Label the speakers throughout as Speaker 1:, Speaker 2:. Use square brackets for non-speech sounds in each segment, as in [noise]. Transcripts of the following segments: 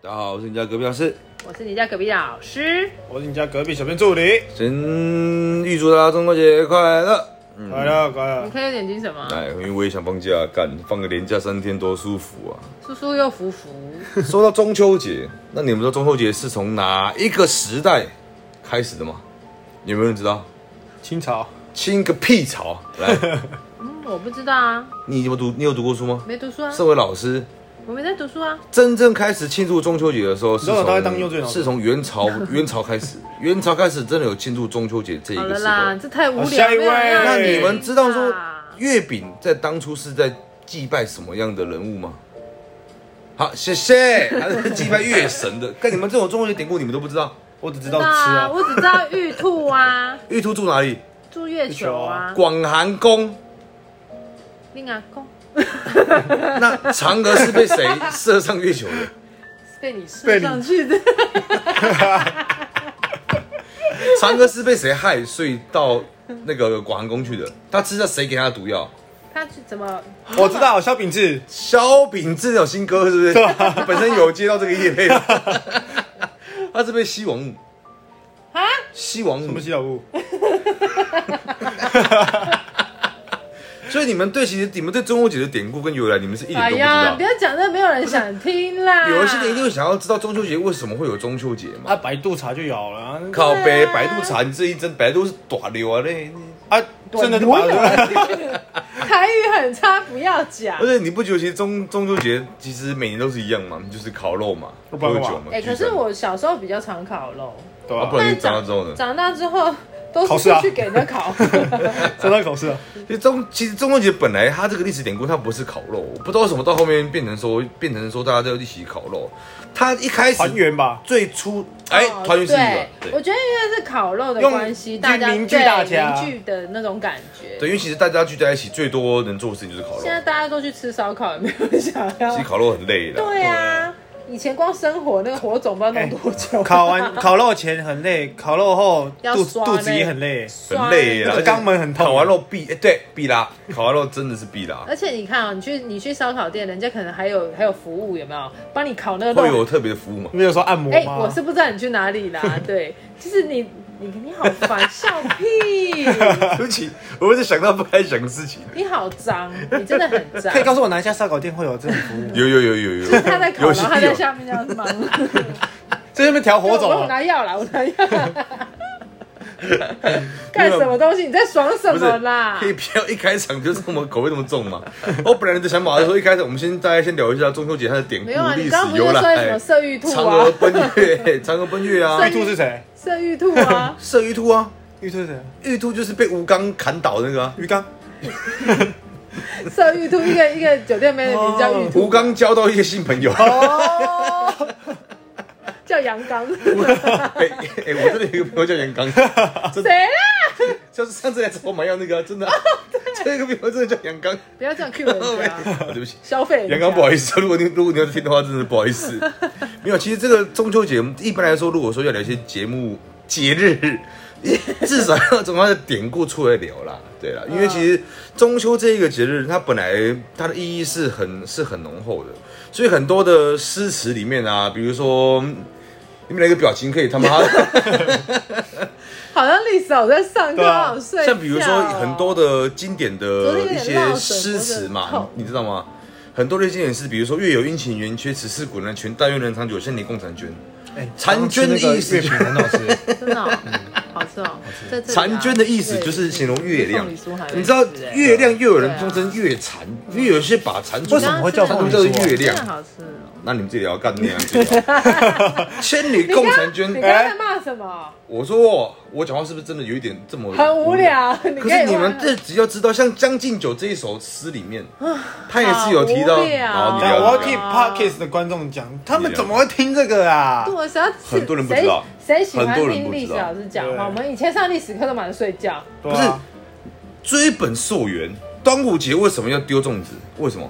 Speaker 1: 大家好，我是你家隔壁老师。
Speaker 2: 我是你家隔壁的老师，
Speaker 3: 我是你家隔壁小编助理，
Speaker 1: 先预祝大家中秋节快乐！
Speaker 3: 快乐快乐
Speaker 2: 你，看有点精神吗？
Speaker 1: 哎，因为我也想放假，干放个连假三天多舒服
Speaker 3: [laughs]
Speaker 1: 啊！
Speaker 2: 舒舒又服服，
Speaker 1: 说到中秋节，那你们知道中秋节是从哪一个时代开始的吗？有没有人知道？
Speaker 3: 清朝
Speaker 1: 清个屁朝！
Speaker 3: 啊
Speaker 1: [laughs] 来，
Speaker 2: 嗯，我不知道啊，
Speaker 1: 你有读你有读过书吗？
Speaker 2: 没读书啊，
Speaker 1: 身为老师，
Speaker 2: 我没在读书啊，
Speaker 1: 真正开始庆祝中秋节的时候，是
Speaker 3: 知道
Speaker 1: 从
Speaker 3: 他会当幼稚园老师
Speaker 1: 是从元朝元朝开始，元朝开始真的有庆祝中秋节这一
Speaker 2: 好
Speaker 1: 个
Speaker 2: 了
Speaker 1: 时候
Speaker 2: 啦，。这太无聊了。
Speaker 3: 好下一
Speaker 2: 没
Speaker 3: 位
Speaker 2: 有人要
Speaker 1: 那
Speaker 2: 听
Speaker 1: 你们知道说
Speaker 2: 啊
Speaker 1: 月饼在当初是在祭拜什么样的人物吗？好，谢谢，还是祭拜月神 [laughs] 的。跟你们这种中国的典故，你们都不知道。
Speaker 3: 我只知
Speaker 2: 知
Speaker 3: 道
Speaker 2: 道
Speaker 3: 吃
Speaker 2: 啊，
Speaker 3: 啊，
Speaker 2: 我只知道玉兔
Speaker 1: [laughs]
Speaker 2: 啊，
Speaker 1: 玉兔住哪里？
Speaker 2: 住月球啊，
Speaker 1: 广寒宫。
Speaker 2: 令阿公
Speaker 1: 那嫦娥是被 [laughs] 谁射上月球的？
Speaker 2: 是被你射上去
Speaker 1: [laughs]
Speaker 2: 的，
Speaker 1: 嫦娥是被谁害，所以到那个广寒宫去的？他知道谁给他的毒药？
Speaker 2: 他是怎么？
Speaker 3: 我知道萧秉治，
Speaker 1: 萧秉治有新歌是不是？ [laughs] 本身有接到这个叶配吗， [laughs] 他是被西王母
Speaker 2: 啊？
Speaker 1: 西王
Speaker 3: 什
Speaker 1: 母
Speaker 3: 么，西老物，
Speaker 1: 所以你们对其实你们对中秋节的典故跟由来，你们是一点
Speaker 2: 哎
Speaker 1: 都不知
Speaker 2: 呀，你
Speaker 1: 道
Speaker 2: 不。要讲这没有人想听啦。
Speaker 1: 有一些人一定会想要知道中秋节为什么会有中秋节嘛？
Speaker 3: 啊，百度查就有了啊
Speaker 1: 靠
Speaker 2: 对
Speaker 1: 北
Speaker 2: 啊
Speaker 1: 百度查，你这一针百度是短流啊那。
Speaker 3: 啊，真的是百度，
Speaker 2: 台语很差，不要讲
Speaker 1: 而。且你不觉得其实中中秋节其实每年都是一样嘛，就是烤肉嘛，
Speaker 3: 我
Speaker 1: 喝
Speaker 3: 不知道
Speaker 1: 酒嘛。
Speaker 2: 哎，
Speaker 1: 聚
Speaker 2: 可
Speaker 1: 餐
Speaker 2: 是我小时候比较常烤肉，
Speaker 3: 对
Speaker 1: 啊，不
Speaker 3: 吧？
Speaker 1: 然
Speaker 2: 但
Speaker 1: 你长大之后呢？
Speaker 2: 长大之后都
Speaker 3: 考
Speaker 2: 是
Speaker 3: 试啊
Speaker 2: 出去给人
Speaker 1: [laughs]
Speaker 2: 家烤。
Speaker 3: 真的考试 [laughs] 啊，
Speaker 1: 其实中其实中秋节本来它这个历史典故它不是烤肉，我不知道为什么到后面变成说变成说大家都一起烤肉，它一开
Speaker 3: 团
Speaker 1: 始
Speaker 3: 圆吧，
Speaker 1: 最初哎
Speaker 2: 哦
Speaker 1: 团圆是一个
Speaker 2: 对
Speaker 1: 对
Speaker 2: 我觉得因为是烤肉的
Speaker 3: 用
Speaker 2: 关系，
Speaker 3: 就
Speaker 2: 大家
Speaker 3: 凝聚
Speaker 2: 对
Speaker 3: 大家
Speaker 2: 凝聚的那种感觉。
Speaker 1: 对，因为其实大家聚在一起最多能做的事情就是烤肉
Speaker 2: 现，在大家都去吃烧烤，也没有人想要
Speaker 1: 其实。烤肉很累的。
Speaker 2: 对啊，以前光生火那个火种不知道弄多久，
Speaker 3: 哎烤完烤肉前很累，烤肉后
Speaker 2: [laughs] 要
Speaker 3: 肚
Speaker 2: 刷
Speaker 3: 肚子
Speaker 2: 嘞
Speaker 3: 也很累，啊
Speaker 2: 刷
Speaker 1: 很累啦，
Speaker 3: 那个肛门很痛
Speaker 1: 烤完肉必哎对必拉，烤完肉真的是必
Speaker 2: [laughs]
Speaker 1: 拉，
Speaker 2: 而且你看啊、你去你去烧烤店，人家可能还有还有服务，有没有帮你烤那个
Speaker 1: 会
Speaker 2: 肉
Speaker 1: 有？特别的服务吗？
Speaker 2: [laughs]
Speaker 3: 没有说按摩
Speaker 2: 哎、
Speaker 3: 吗？
Speaker 2: 我是不知道你去哪里
Speaker 3: [laughs]
Speaker 2: 啦。对，就是你你你好烦，笑
Speaker 3: [laughs]
Speaker 2: 屁，
Speaker 1: 对不起，我是想到不该想的事情。
Speaker 2: 你好脏，你真的很脏
Speaker 3: 可。以告诉我哪一家烧烤店会有这种服
Speaker 2: [laughs]
Speaker 1: [laughs]
Speaker 3: 务？
Speaker 1: 有有有有有，
Speaker 2: 他在烤，
Speaker 1: 有
Speaker 2: 然
Speaker 1: 其
Speaker 2: 后他
Speaker 1: 必有
Speaker 2: 在下面这样子忙。
Speaker 3: 在那边调火种
Speaker 2: 我
Speaker 3: 啊，
Speaker 2: 拿药啦，我拿药。干什么东西？你在爽什
Speaker 1: 不是
Speaker 2: 么啦
Speaker 1: 可？以不要一开场就这么口味这么重 [laughs] 吗？我本来的想法是说，一开始我们先大家先聊一下中秋节它的典故、
Speaker 2: 没有啊，
Speaker 1: 历
Speaker 2: 你
Speaker 1: 史
Speaker 2: 刚刚不是
Speaker 1: 由
Speaker 2: 说什么
Speaker 1: 来。
Speaker 2: 射玉兔
Speaker 1: 嫦娥
Speaker 2: 啊？
Speaker 1: 奔月， [laughs] 嫦娥奔
Speaker 2: [laughs]
Speaker 1: 月啊，？
Speaker 2: 射
Speaker 3: 玉兔是谁？
Speaker 2: 射玉兔啊
Speaker 1: 射玉兔啊，
Speaker 3: [laughs] 玉兔是谁？
Speaker 1: 玉兔就是被吴刚砍倒的那个啊、
Speaker 3: 鱼缸，
Speaker 2: 射玉兔，一个一个酒店妹的名字叫玉
Speaker 1: 吴
Speaker 2: 兔，
Speaker 1: 刚交到一些新朋
Speaker 2: [laughs]
Speaker 1: 友。
Speaker 2: 叫杨刚。
Speaker 1: 哎、哎，我真的有一个朋友叫杨刚，真的
Speaker 2: 谁啊？
Speaker 1: 就是上次来找我买药那个啊、真 [laughs] 的啊、这个朋友真的叫杨刚。
Speaker 2: 不要这样 Q 人家，
Speaker 1: [laughs] 啊对不起，
Speaker 2: 消费人家。
Speaker 1: 杨刚不好意思，如果你如果你要听的话，真的不好意 [laughs] 思。没有，其实这个中秋节，我们一般来说，如果说要聊一些节目节日，至少要从它的典故出来聊啦。对啦，因为其实中秋这一个节日，它本来它的意义是很是很浓厚的，所以很多的诗词里面啊，比如说你们来个表情可以他妈。
Speaker 2: 好像历史老师在上课，
Speaker 3: 对啊
Speaker 2: 好睡觉哦。
Speaker 1: 像比如说很多的经典的一些诗词
Speaker 2: 昨天有点落水
Speaker 1: 嘛
Speaker 2: 我，
Speaker 1: 你知道吗？很多的经典诗，比如说“月有阴晴圆缺，此事古难全。但愿人长久，千里共婵娟。
Speaker 3: 哎，
Speaker 1: 婵娟的意思
Speaker 3: 月饼很好吃， [laughs]
Speaker 2: 真的哦好吃哦。在这里啊
Speaker 1: 婵娟的意思就是形容月亮，你知道月亮又有人通称月蟾，
Speaker 2: 嗯
Speaker 1: 因为有些把蟾
Speaker 3: 为
Speaker 1: 蜍
Speaker 3: 什么会叫凤
Speaker 1: 它
Speaker 3: 梨
Speaker 1: 叫
Speaker 3: 酥啊
Speaker 1: 月
Speaker 2: 真的
Speaker 1: 亮，
Speaker 2: 好吃哦。
Speaker 1: 那你们自己也要干那样子。千里共婵
Speaker 2: [laughs] 你
Speaker 1: 娟，
Speaker 2: 刚刚在骂什么？
Speaker 1: [laughs] 我说我讲话是不是真的有一点这么
Speaker 2: 很无聊。
Speaker 1: 嗯
Speaker 2: [laughs]
Speaker 1: 可
Speaker 2: 可
Speaker 1: 是你们这只要知道，像《将进酒》这一首诗里面，
Speaker 2: 啊
Speaker 1: 他也是有提到。
Speaker 2: 好无聊
Speaker 1: 好你
Speaker 3: 但
Speaker 1: 聊
Speaker 3: 我要
Speaker 1: 你聊
Speaker 3: 替 Parkes 的观众讲，他们怎么会听这个啊？
Speaker 2: 对，谁要
Speaker 1: 很多人不知道
Speaker 2: 谁谁喜欢
Speaker 1: 很多人
Speaker 2: 听
Speaker 1: 不知道
Speaker 2: 历史老师讲
Speaker 3: 对
Speaker 2: 话？我们以前上历史课都忙着睡觉，
Speaker 3: 对啊
Speaker 1: 追本
Speaker 2: 嗯
Speaker 1: 溯源，端午节为什么要丢粽子？为什么？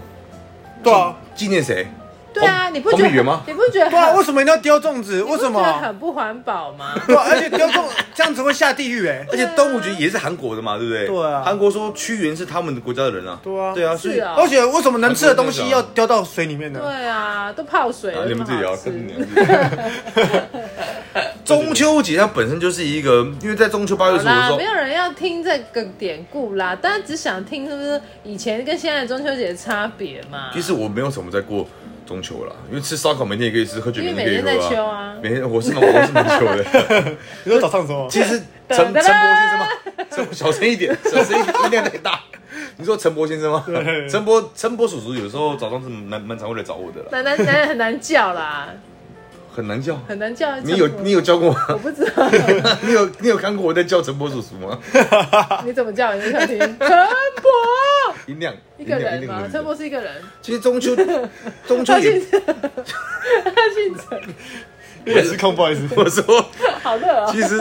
Speaker 3: 对啊，
Speaker 1: 纪念谁？
Speaker 2: 对啊，你不觉
Speaker 1: 黄
Speaker 2: 得
Speaker 1: 米圆吗？
Speaker 2: 你不觉得
Speaker 3: 对啊，
Speaker 2: 很
Speaker 3: 为什么一定要丢粽子？
Speaker 2: 你不
Speaker 3: 为什
Speaker 2: 觉得
Speaker 3: 么？
Speaker 2: 很不环
Speaker 1: [laughs]
Speaker 2: 保吗？
Speaker 3: 对啊，而且丢粽这样子会下地
Speaker 2: [laughs]
Speaker 3: 狱哎、
Speaker 1: 而且端午节也是韩国的嘛，对不对？
Speaker 3: 对啊
Speaker 1: 韩国说屈原是他们的国家的人啊。
Speaker 3: 对啊
Speaker 1: 对啊，
Speaker 2: 是
Speaker 1: 所以
Speaker 2: 啊
Speaker 3: 而且为什么能吃的东西要丢到水里面呢？
Speaker 2: 对啊，都泡水
Speaker 1: 啊
Speaker 2: 了，
Speaker 1: 你们自己聊，
Speaker 2: 好
Speaker 1: 跟你
Speaker 2: 吃。
Speaker 1: 们自己聊 [laughs] 中秋节它本身就是一个，因为在中秋八月
Speaker 2: 好
Speaker 1: 十五的时
Speaker 2: 啦，
Speaker 1: 候
Speaker 2: 没，有人要听这个典故啦，大家只想听是不是以前跟现在的中秋节的差别嘛？
Speaker 1: 其实我没有什么在过中秋啦，因为吃烧烤每天也可以吃，喝酒
Speaker 2: 因为
Speaker 1: 天也可以
Speaker 2: 每天在
Speaker 1: 喝
Speaker 2: 秋啊
Speaker 1: 每天我是蛮我是蛮 [laughs] 秋的。
Speaker 3: 你说早上什
Speaker 1: [laughs]
Speaker 3: 么？
Speaker 1: 其实陈陈伯先生吗？陈 [laughs] 小声一点，小声一
Speaker 2: [laughs]
Speaker 1: 点，音量太大。你说陈伯先生吗？陈伯陈伯叔叔有时候早上是蛮蛮常会来找我的啦，
Speaker 2: 难难难很难叫啦，
Speaker 1: 很难叫。
Speaker 2: 很难叫。
Speaker 1: 你有
Speaker 2: 叫什么
Speaker 1: 你有教过我？ [laughs]
Speaker 2: 我不知道
Speaker 1: 你有你有看过我在叫陈波叔叔吗？啊
Speaker 2: 你怎么叫，你就想听陈博
Speaker 1: 音量
Speaker 2: 一个
Speaker 1: 音
Speaker 2: 人
Speaker 1: 量
Speaker 2: 吗？
Speaker 1: 音量
Speaker 2: 陈博是一个人，
Speaker 1: 其实中
Speaker 2: [laughs]
Speaker 1: 秋中秋
Speaker 2: 他姓
Speaker 1: 也
Speaker 2: 陈，他姓陈，
Speaker 3: 也是空，不好意思。
Speaker 1: [laughs] 我说，
Speaker 2: 好热哦。
Speaker 1: 其实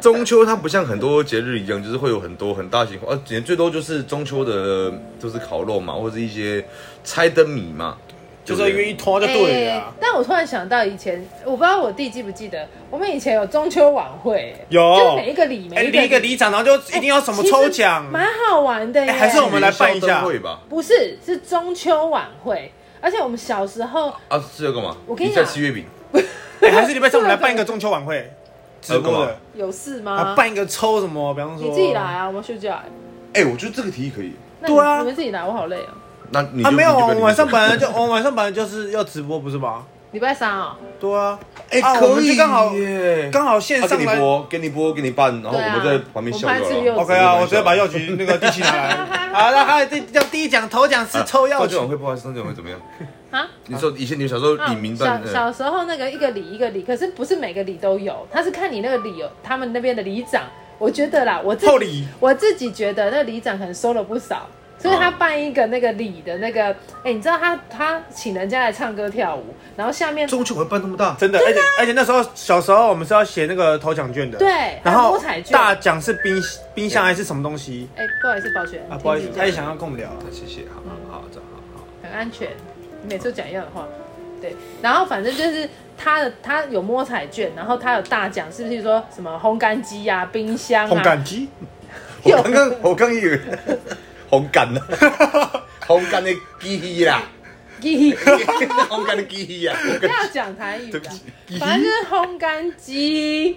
Speaker 1: 中秋它不像很多节日一样，就是会有很多很大型活，啊，也最多就是中秋的就是烤肉嘛，或者是一些猜灯谜嘛，
Speaker 3: [laughs] 就是要
Speaker 1: 意
Speaker 3: 愿意拖就对了啊、
Speaker 2: 哎但我突然想到以前，我不知道我弟记不记得，我们以前有中秋晚会，
Speaker 3: 有
Speaker 2: 就是每一个里，
Speaker 3: 哎、
Speaker 2: 每一
Speaker 3: 离一个
Speaker 2: 里
Speaker 3: 里长，然后就一定要什么抽奖
Speaker 2: 其实，蛮好玩的耶。
Speaker 3: 哎还是我们来办一下
Speaker 1: 会吧？
Speaker 2: 不是是中秋晚会，而且我们小时候
Speaker 1: 啊，是要干嘛？
Speaker 2: 我跟你
Speaker 1: 在
Speaker 2: 讲
Speaker 1: 吃月饼，
Speaker 3: 哎还是礼拜三我们来办一个中秋晚会，直播
Speaker 1: 要干
Speaker 3: 的
Speaker 1: 嘛，
Speaker 2: 有事
Speaker 3: 啊，
Speaker 2: 吗？
Speaker 3: 办一个抽什么，比方说
Speaker 2: 你自己来，啊，我们休假。
Speaker 1: 哎，我觉得这个提议可以。
Speaker 2: 那
Speaker 3: 对啊
Speaker 2: 你你们自己来，我好累哦。
Speaker 1: 那你
Speaker 3: 啊，
Speaker 1: 就
Speaker 3: 没有，
Speaker 1: 你就
Speaker 3: 我
Speaker 1: 不要理
Speaker 3: 们
Speaker 1: 我
Speaker 3: 晚上本
Speaker 1: [laughs]
Speaker 3: 来就，我们晚上本来就是要直播，不是吗？
Speaker 2: 礼拜三哦，
Speaker 3: 对啊，
Speaker 1: 哎
Speaker 3: 啊我
Speaker 1: 可
Speaker 3: 们
Speaker 1: 以
Speaker 3: 就刚好
Speaker 1: 耶
Speaker 3: 刚好线
Speaker 1: 啊他给
Speaker 3: 上
Speaker 1: 你
Speaker 3: 来
Speaker 1: 播，给你播，给你办，然后
Speaker 2: 对啊
Speaker 1: 我们在旁边笑
Speaker 2: 我们拍吃
Speaker 1: 就
Speaker 2: 柚
Speaker 1: 好了。
Speaker 2: 子
Speaker 3: OK 啊，我直接把药局那个地契拿来。 [laughs] 好，那还有这叫第一奖头奖是抽药
Speaker 1: 中
Speaker 3: [laughs] 局
Speaker 1: 秋，晚会啊不好意思，中秋晚会怎么样？
Speaker 2: 啊。
Speaker 1: 你说以前你们小时候
Speaker 2: 啊
Speaker 1: 李明呃办
Speaker 2: 小
Speaker 1: 的，
Speaker 2: 小时候那个一个里一个里，可是不是每个里都有，他是看你那个里有他们那边的里长。我觉得啦，我自
Speaker 3: 厚
Speaker 2: 己
Speaker 3: 礼
Speaker 2: 我自己觉得那个里长可能收了不少，所以他办一个那个里的那个，哎、你知道他他请人家来唱歌跳舞，然后下面
Speaker 1: 中秋晚会办那么大，
Speaker 3: 真的，啊而且而且那时候小时候我们是要写那个头奖券的，
Speaker 2: 对
Speaker 3: 然
Speaker 2: 还有
Speaker 3: 后
Speaker 2: 摸彩券
Speaker 3: 大奖是冰冰箱还是什么东西
Speaker 2: 哎、不好意思，抱歉
Speaker 3: 啊？不好意思
Speaker 2: 听，你
Speaker 3: 他
Speaker 2: 讲
Speaker 3: 也想要跟我们聊啊，
Speaker 1: 谢谢，好好好，这样好好。
Speaker 2: 很安全。你每次都讲一样的话，对。然后反正就是他的，他有摸彩券，然后他有大奖，是不是说什么烘干机呀、冰箱
Speaker 3: 烘
Speaker 2: [laughs] 啊？
Speaker 3: 干机，
Speaker 1: 我刚刚我刚以为 [laughs] 红干呢， [laughs] 红干的机器啦， [laughs]
Speaker 2: 机
Speaker 1: 红干的机器啊，
Speaker 2: 不要讲台语
Speaker 1: 对不
Speaker 2: 啦
Speaker 1: 起，
Speaker 2: 反正就是烘干机，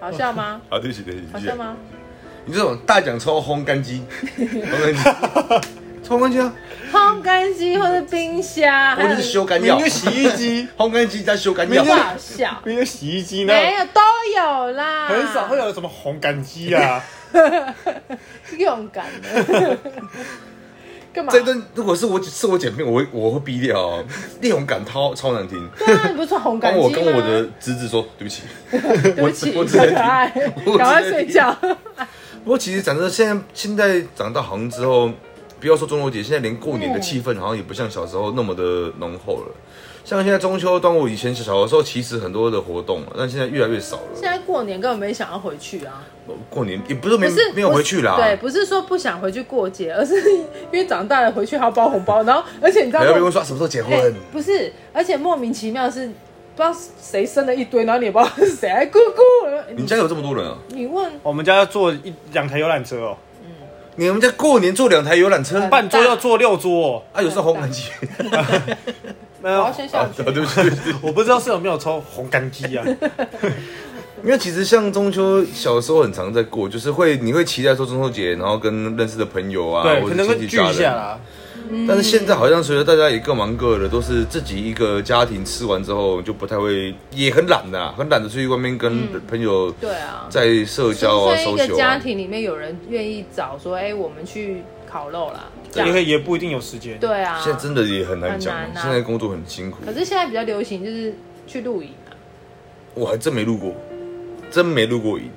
Speaker 2: 好
Speaker 1: [laughs]
Speaker 2: 笑吗？
Speaker 1: 啊，对不起对不起，
Speaker 2: 好笑？吗？
Speaker 1: 你这种大奖抽烘干机，烘干机，抽烘干机啊，
Speaker 2: 烘干机或者冰箱，
Speaker 1: 或
Speaker 2: 还有
Speaker 1: 者是修干
Speaker 3: 明
Speaker 1: 药
Speaker 3: 明就，洗衣 [laughs] 机，
Speaker 1: 烘干机加修干
Speaker 3: 明
Speaker 1: 药
Speaker 2: 不
Speaker 3: 天，
Speaker 2: 好笑？
Speaker 1: [laughs]
Speaker 3: 明明就洗衣机呢，
Speaker 2: 没有都有啦，
Speaker 3: 很少会有什么烘干机啊， [laughs]
Speaker 2: 用感
Speaker 1: [laughs]
Speaker 2: 的。干嘛？
Speaker 1: 这顿如果是我是我剪片，我会我会逼掉哦，那种感超超难听。
Speaker 2: 对啊，你不是说烘干
Speaker 1: 帮
Speaker 2: 机吗？
Speaker 1: 哦我跟我的侄子说对不起。
Speaker 2: 对不起，
Speaker 1: 我我只
Speaker 2: 小
Speaker 1: 能
Speaker 2: 可爱，
Speaker 1: 我只能
Speaker 2: 赶快睡觉。
Speaker 1: 不过其实讲真的，现在现在长大好像之后，不要说中秋节，现在连过年的气氛好像也不像小时候那么的浓厚了。像现在中秋、端午，以前小的时候其实很多的活动啊，但现在越来越少
Speaker 2: 现
Speaker 1: 了。
Speaker 2: 在过年根本没想要回去啊，
Speaker 1: 过年也不是没
Speaker 2: 不是
Speaker 1: 没有回去啦，
Speaker 2: 不是对，不是说不想回去过节，而是因为长大了回去还要包红包，然后而且你知道
Speaker 1: 还要被
Speaker 2: 莫
Speaker 1: 问说啊什么时候结
Speaker 2: 哎
Speaker 1: 婚，
Speaker 2: 不是，而且莫名其妙是不知道谁生了一堆，然后你也不知道是谁，哎姑姑，
Speaker 1: 你家有这么多人啊？
Speaker 2: 你问
Speaker 3: 我们家要坐一两台游览车哦，
Speaker 1: 你们家过年坐两台游览车
Speaker 2: 嗯
Speaker 3: 半桌要坐六桌哦，
Speaker 1: 啊？有时候红蓝机，
Speaker 2: 我
Speaker 3: 没有
Speaker 2: 要，先
Speaker 1: 啊
Speaker 2: 下
Speaker 3: [laughs]
Speaker 2: 去
Speaker 1: 对。不起，对不起。
Speaker 3: 我不知道是有没有抽烘干机啊，
Speaker 1: 因为其实像中秋，小时候很常在过，就是会你会期待说中秋节，然后跟认识的朋 [laughs] 友啊，
Speaker 3: 对，
Speaker 1: 或
Speaker 3: 可
Speaker 1: 者
Speaker 3: 能
Speaker 1: 亲
Speaker 3: 会
Speaker 1: 戚
Speaker 3: 聚
Speaker 1: 家
Speaker 3: 一
Speaker 1: 人
Speaker 3: 下
Speaker 1: 啊
Speaker 3: 啦，
Speaker 2: 嗯
Speaker 1: 但是现在好像随着大家也各忙各的，都是自己一个家庭吃完之后就不太会，也很懒呐、很懒得出去外面跟朋友
Speaker 2: 嗯对啊，
Speaker 1: 在社交啊、
Speaker 2: 所以一
Speaker 1: 搜
Speaker 2: 个
Speaker 1: 求
Speaker 2: 家
Speaker 1: 啊。
Speaker 2: 庭里面有人愿意找说，哎，我们去烤肉啦，这
Speaker 3: 因
Speaker 2: 样
Speaker 3: 为也不一定有时间，
Speaker 2: 对啊。
Speaker 1: 现在真的也很难讲，
Speaker 2: 很难啊
Speaker 1: 现在工作很辛苦
Speaker 2: 可。是现在比较流行就是去露营啊，
Speaker 1: 我还真没录过，真没录过瘾。